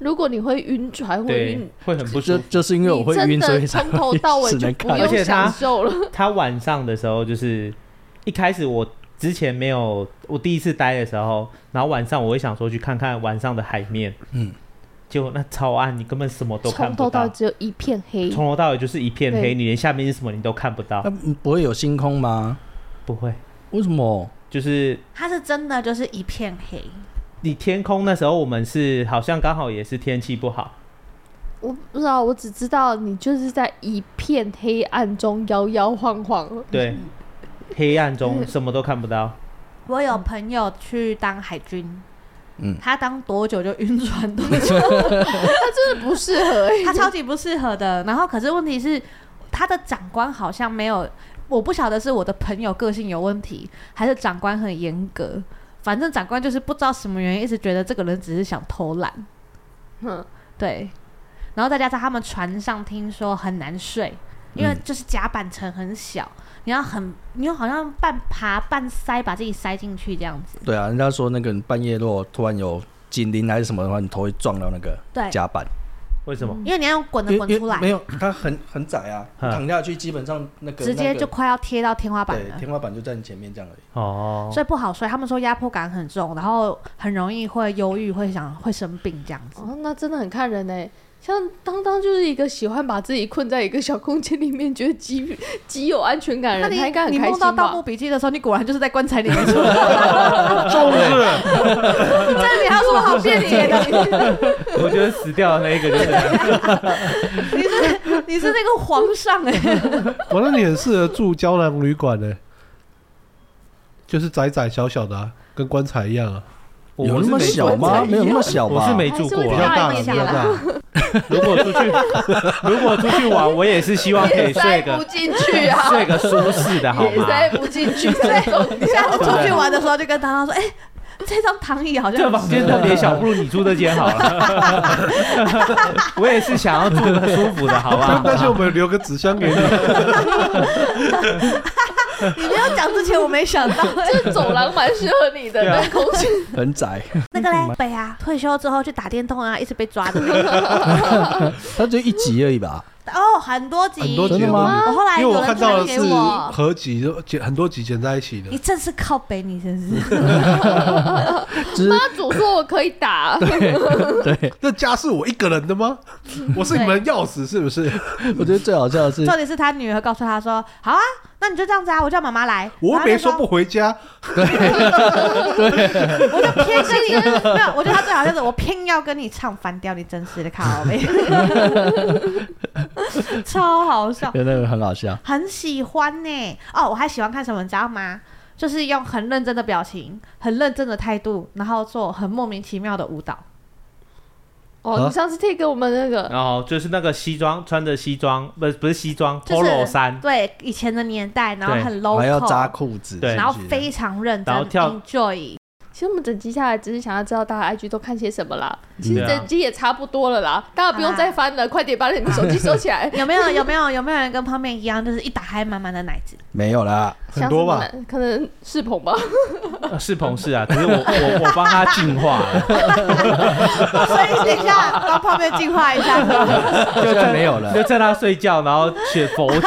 [SPEAKER 4] 如果你会晕船，会
[SPEAKER 5] 对
[SPEAKER 4] 晕。
[SPEAKER 5] 会很不舒
[SPEAKER 3] 就
[SPEAKER 5] 服。
[SPEAKER 3] 就是因为我会
[SPEAKER 4] 你
[SPEAKER 3] 晕，所
[SPEAKER 4] 真
[SPEAKER 3] 以
[SPEAKER 4] 的
[SPEAKER 3] 才
[SPEAKER 4] 从头到 尾
[SPEAKER 3] 只
[SPEAKER 4] 就
[SPEAKER 3] 能
[SPEAKER 4] 不
[SPEAKER 3] 看。
[SPEAKER 5] 而且它
[SPEAKER 4] 用享受了。
[SPEAKER 5] 他晚上的时候就是一开始我之前没有，我第一次待的时候，然后晚上我会想说去看看晚上的海面，
[SPEAKER 3] 嗯，
[SPEAKER 5] 结果那超暗，你根本什么 都看
[SPEAKER 4] 从
[SPEAKER 5] 不
[SPEAKER 4] 头到
[SPEAKER 5] 到
[SPEAKER 4] 尾，只有一片黑，
[SPEAKER 5] 从头到尾就是一片黑，
[SPEAKER 4] 对
[SPEAKER 5] 你连下面是什么你都看不到
[SPEAKER 3] 那，不会有星空吗？
[SPEAKER 5] 不会，
[SPEAKER 3] 为什么？
[SPEAKER 5] 就是
[SPEAKER 2] 它是真的就是一片黑，
[SPEAKER 5] 你天空那时候我们是好像刚好也是天气不好，
[SPEAKER 4] 我不知道，我只知道你就是在一片黑暗中摇摇晃晃。
[SPEAKER 5] 对，黑暗中什么都看不到，
[SPEAKER 2] 我有朋友去当海军，
[SPEAKER 3] 嗯
[SPEAKER 2] 他当多久就晕船多 久，
[SPEAKER 4] 他真的不适合、欸，
[SPEAKER 2] 他超级不适合的。然后可是问题是，他的长官好像没有，我不晓得是我的朋友个性有问题，还是长官很严格。反正长官就是不知道什么原因，一直觉得这个人只是想偷懒。
[SPEAKER 4] 嗯，
[SPEAKER 2] 对，然后再加上他们船上听说很难睡，因为
[SPEAKER 3] 嗯
[SPEAKER 2] 就是甲板层很小，你要很你又好像半爬半塞把自己塞进去这样子。
[SPEAKER 3] 对啊，人家说那个半夜如果突然有警铃还是什么的话，你头会撞到那个
[SPEAKER 2] 对，
[SPEAKER 3] 甲板，
[SPEAKER 5] 为什么？
[SPEAKER 2] 因为你要用滚的滚
[SPEAKER 3] 因为
[SPEAKER 2] 出来
[SPEAKER 3] 没，有，它很很窄啊，
[SPEAKER 5] 嗯
[SPEAKER 3] 躺下去基本上那个
[SPEAKER 2] 直接
[SPEAKER 3] 那个
[SPEAKER 2] 就快要贴到天花板
[SPEAKER 3] 对
[SPEAKER 2] 了。
[SPEAKER 3] 天花板就在你前面这样而已。
[SPEAKER 4] 嗯
[SPEAKER 5] 哦，
[SPEAKER 2] 所以不好睡，他们说压迫感很重，然后很容易会忧郁，会想会生病这样子。
[SPEAKER 4] 哦，那真的很看人哎、像当当就是一个喜欢把自己困在一个小空间里面，觉得极极有安全感的
[SPEAKER 2] 那
[SPEAKER 4] 哎人，他应该
[SPEAKER 2] 你
[SPEAKER 4] 很
[SPEAKER 2] 你
[SPEAKER 4] 开
[SPEAKER 2] 梦到《
[SPEAKER 4] 心
[SPEAKER 2] 盗墓
[SPEAKER 4] 吧？
[SPEAKER 2] 笔记》的时候，你果然就是在棺材里面出来， 这里还有什么好辩解的？
[SPEAKER 5] 我觉得死掉的那一个就是，
[SPEAKER 2] 你是你是那个皇上哎、
[SPEAKER 1] 哇，那你很适合住胶囊旅馆呢、就是窄窄小小的、啊，跟棺材一样啊，
[SPEAKER 5] 我
[SPEAKER 3] 有
[SPEAKER 5] 是
[SPEAKER 3] 那么
[SPEAKER 5] 没住
[SPEAKER 3] 小吗？
[SPEAKER 5] 过
[SPEAKER 3] 没有那么小吧？
[SPEAKER 5] 我是没住
[SPEAKER 4] 还是
[SPEAKER 5] 过
[SPEAKER 1] 比
[SPEAKER 4] 会
[SPEAKER 1] 较
[SPEAKER 5] 啊。
[SPEAKER 1] 大，
[SPEAKER 2] 一
[SPEAKER 1] 比
[SPEAKER 2] 下
[SPEAKER 1] 较大。
[SPEAKER 5] 如果出去， 如果出去玩，我也是希望可以
[SPEAKER 4] 也塞
[SPEAKER 5] 睡
[SPEAKER 4] 不
[SPEAKER 5] 个
[SPEAKER 4] 进去啊，
[SPEAKER 5] 睡个舒适的，好
[SPEAKER 4] 也
[SPEAKER 5] 吗？
[SPEAKER 4] 塞不进 去，这种
[SPEAKER 2] 下次出
[SPEAKER 1] 啊
[SPEAKER 2] 去玩的时候就跟唐唐说：“哎、这张躺椅好像
[SPEAKER 5] 这房间特别小，不如你住这间好了。 我也是想要住个舒服的，好吧？
[SPEAKER 1] 但是我们留个纸箱给 你，
[SPEAKER 2] 你没有讲之前我没想 到。
[SPEAKER 4] 这走廊蛮适合你的，
[SPEAKER 5] 对啊
[SPEAKER 4] 那空间
[SPEAKER 3] 很窄，
[SPEAKER 2] 那个嘞，北啊，退休之后去打电动啊，一直被抓的那个。
[SPEAKER 3] 它就一集而已吧。
[SPEAKER 2] 哦，很多集，
[SPEAKER 1] 很多集
[SPEAKER 3] 真的
[SPEAKER 1] 都
[SPEAKER 3] 吗
[SPEAKER 1] 有
[SPEAKER 2] 我后来
[SPEAKER 1] 因为
[SPEAKER 2] 有
[SPEAKER 1] 我看
[SPEAKER 2] 人
[SPEAKER 1] 到的
[SPEAKER 2] 推
[SPEAKER 1] 是
[SPEAKER 2] 给我。
[SPEAKER 1] 合集，就剪很多集剪在一起的
[SPEAKER 2] 你。真是靠北，你真是
[SPEAKER 3] 只是
[SPEAKER 4] 他主说我可 以打，
[SPEAKER 1] 那家是我一个人的吗？ 我是你们钥匙是不是？
[SPEAKER 3] 我觉得最好笑的是
[SPEAKER 2] 重，点是他女儿告诉他说：“好啊，那你就这样子啊，我叫妈妈来。”
[SPEAKER 1] 我又
[SPEAKER 2] 然后
[SPEAKER 1] 没
[SPEAKER 2] 就
[SPEAKER 1] 说不，回家，
[SPEAKER 2] 我就偏跟你没有。我觉得他最好就是我偏要跟你唱反调，你真是的靠北，超好笑。
[SPEAKER 3] 对那个很好笑。
[SPEAKER 2] 很喜欢呢、哦，我还喜欢看什么，你知道吗？就是用很认真的表情、很认真的态度，然后做很莫名其妙的舞蹈。
[SPEAKER 5] 啊
[SPEAKER 4] 哦，你上次贴给我们那个，
[SPEAKER 5] 然后就是那个西装，穿着西装，不是不是西装
[SPEAKER 2] 就是
[SPEAKER 5] ，polo 衫，
[SPEAKER 2] 对，以前的年代，然后
[SPEAKER 5] 对
[SPEAKER 2] 很
[SPEAKER 3] 还要扎
[SPEAKER 2] local，
[SPEAKER 3] 裤子，
[SPEAKER 5] 对
[SPEAKER 2] 然后非常认真
[SPEAKER 5] 然后跳
[SPEAKER 2] ，enjoy。。
[SPEAKER 4] 其实我们整集下来只是想要知道大家 IG 都看些什么啦。
[SPEAKER 3] 嗯
[SPEAKER 4] 其实
[SPEAKER 5] 对啊
[SPEAKER 4] 整集也差不多了啦，大家不用再翻了，快点把你们手机收起 来
[SPEAKER 2] 有没有有没有有没有人跟泡面一样，就是一打开满满的奶子？
[SPEAKER 3] 没有啦，
[SPEAKER 1] 很多吧
[SPEAKER 4] 像是男？可能是捧吧。
[SPEAKER 5] 呃是彭氏 啊，可是我我我帮他进化 了，
[SPEAKER 2] 所以等一下帮泡面净化一下。
[SPEAKER 3] 就算没有了
[SPEAKER 5] 就，趁他睡觉，然后学佛经，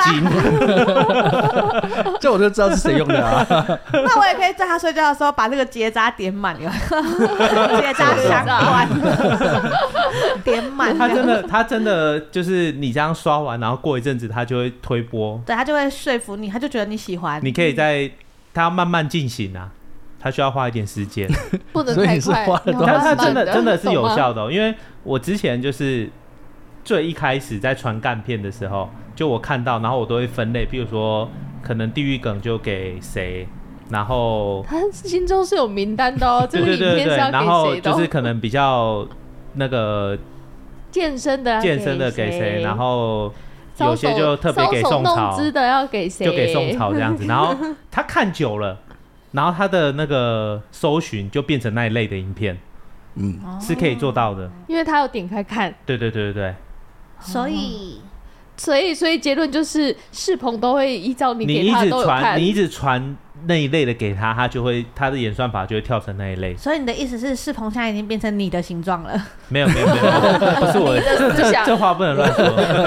[SPEAKER 3] 这我就知道是谁用的啊。
[SPEAKER 2] 那我也可以在他睡觉的时候把那个结扎点满，有没有结扎相关，点满。
[SPEAKER 5] 他真，的他真的就是你这样刷完，然后过一阵子他就会推波，
[SPEAKER 2] 对他就会说服你，他就觉得你喜欢。
[SPEAKER 5] 你可以在他要慢慢进行啊，他需要花一点时 间。
[SPEAKER 4] 不能
[SPEAKER 3] 所以
[SPEAKER 4] 太
[SPEAKER 3] 你是
[SPEAKER 4] 快，
[SPEAKER 3] 花
[SPEAKER 4] 要
[SPEAKER 3] 了多
[SPEAKER 5] 它
[SPEAKER 3] 少
[SPEAKER 4] 慢
[SPEAKER 5] 它
[SPEAKER 4] 哦慢
[SPEAKER 5] 真的
[SPEAKER 4] 的
[SPEAKER 5] 真的是有。
[SPEAKER 4] 懂吗
[SPEAKER 5] 效的哦、因为我之前就是最一开始在传干片的时候，就我看到，然后我都会分类，比如说可能地狱梗就给谁，然后
[SPEAKER 4] 他心中是有名单的哦，这
[SPEAKER 5] 对
[SPEAKER 4] 部
[SPEAKER 5] 对
[SPEAKER 4] 影
[SPEAKER 5] 对对，
[SPEAKER 4] 片是要
[SPEAKER 5] 然
[SPEAKER 4] 给
[SPEAKER 5] 后
[SPEAKER 4] 谁的
[SPEAKER 5] 就是
[SPEAKER 4] 哦？
[SPEAKER 5] 可能比较那个
[SPEAKER 4] 健身的要
[SPEAKER 5] 健身的给谁，
[SPEAKER 4] 谁？
[SPEAKER 5] 然后
[SPEAKER 4] 搔
[SPEAKER 5] 有些
[SPEAKER 4] 首
[SPEAKER 5] 就特别给
[SPEAKER 4] 搔首
[SPEAKER 5] 宋朝
[SPEAKER 4] 弄，姿的要给谁？
[SPEAKER 5] 就给宋。朝这样子，然后他看久了。然后他的那个搜寻就变成那一类的影片，
[SPEAKER 3] 嗯，
[SPEAKER 5] 是可以做到的。
[SPEAKER 4] 因为他有点开看，
[SPEAKER 5] 对对对对对，
[SPEAKER 2] 所以
[SPEAKER 4] 所以所以结论就是世鹏都会依照你
[SPEAKER 5] 你
[SPEAKER 4] 给
[SPEAKER 5] 一
[SPEAKER 4] 他
[SPEAKER 5] 直
[SPEAKER 4] 都有看
[SPEAKER 5] 传，你。一直传那一类的给他，他就会他的演算法就会跳成那一类。
[SPEAKER 2] 所以你的意思是，世鹏现在已经变成你的形状了，
[SPEAKER 5] 没有没有没有，不是我的，这
[SPEAKER 4] 思
[SPEAKER 5] 这
[SPEAKER 4] 想
[SPEAKER 5] 这话不能乱说。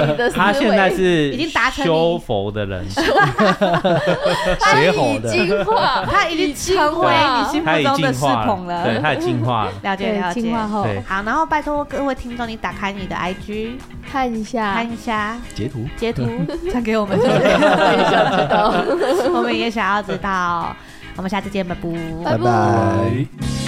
[SPEAKER 4] 你的思维
[SPEAKER 5] 他现在是
[SPEAKER 2] 已经达成你
[SPEAKER 5] 修佛的人，
[SPEAKER 4] 他
[SPEAKER 3] 谁
[SPEAKER 4] 已
[SPEAKER 3] 吼的？
[SPEAKER 4] 进化，
[SPEAKER 2] 他已经成为你心
[SPEAKER 5] 他
[SPEAKER 2] 目
[SPEAKER 5] 已
[SPEAKER 2] 中的
[SPEAKER 5] 进
[SPEAKER 2] 世
[SPEAKER 5] 化
[SPEAKER 2] 鹏
[SPEAKER 5] 了，对，
[SPEAKER 2] 了。
[SPEAKER 5] 他也进化了。
[SPEAKER 2] 了解了
[SPEAKER 4] 对，进
[SPEAKER 2] 解。
[SPEAKER 4] 化后
[SPEAKER 5] 对
[SPEAKER 2] 好，然后拜托各位听众，你打开你的 IG
[SPEAKER 4] 看一下
[SPEAKER 2] 看，一下
[SPEAKER 3] 截图
[SPEAKER 2] 截图，传给我们，
[SPEAKER 4] 想知道。
[SPEAKER 2] 我们也想要知道。我们下次见，拜拜。
[SPEAKER 4] 拜
[SPEAKER 3] 拜
[SPEAKER 4] 拜
[SPEAKER 3] 拜。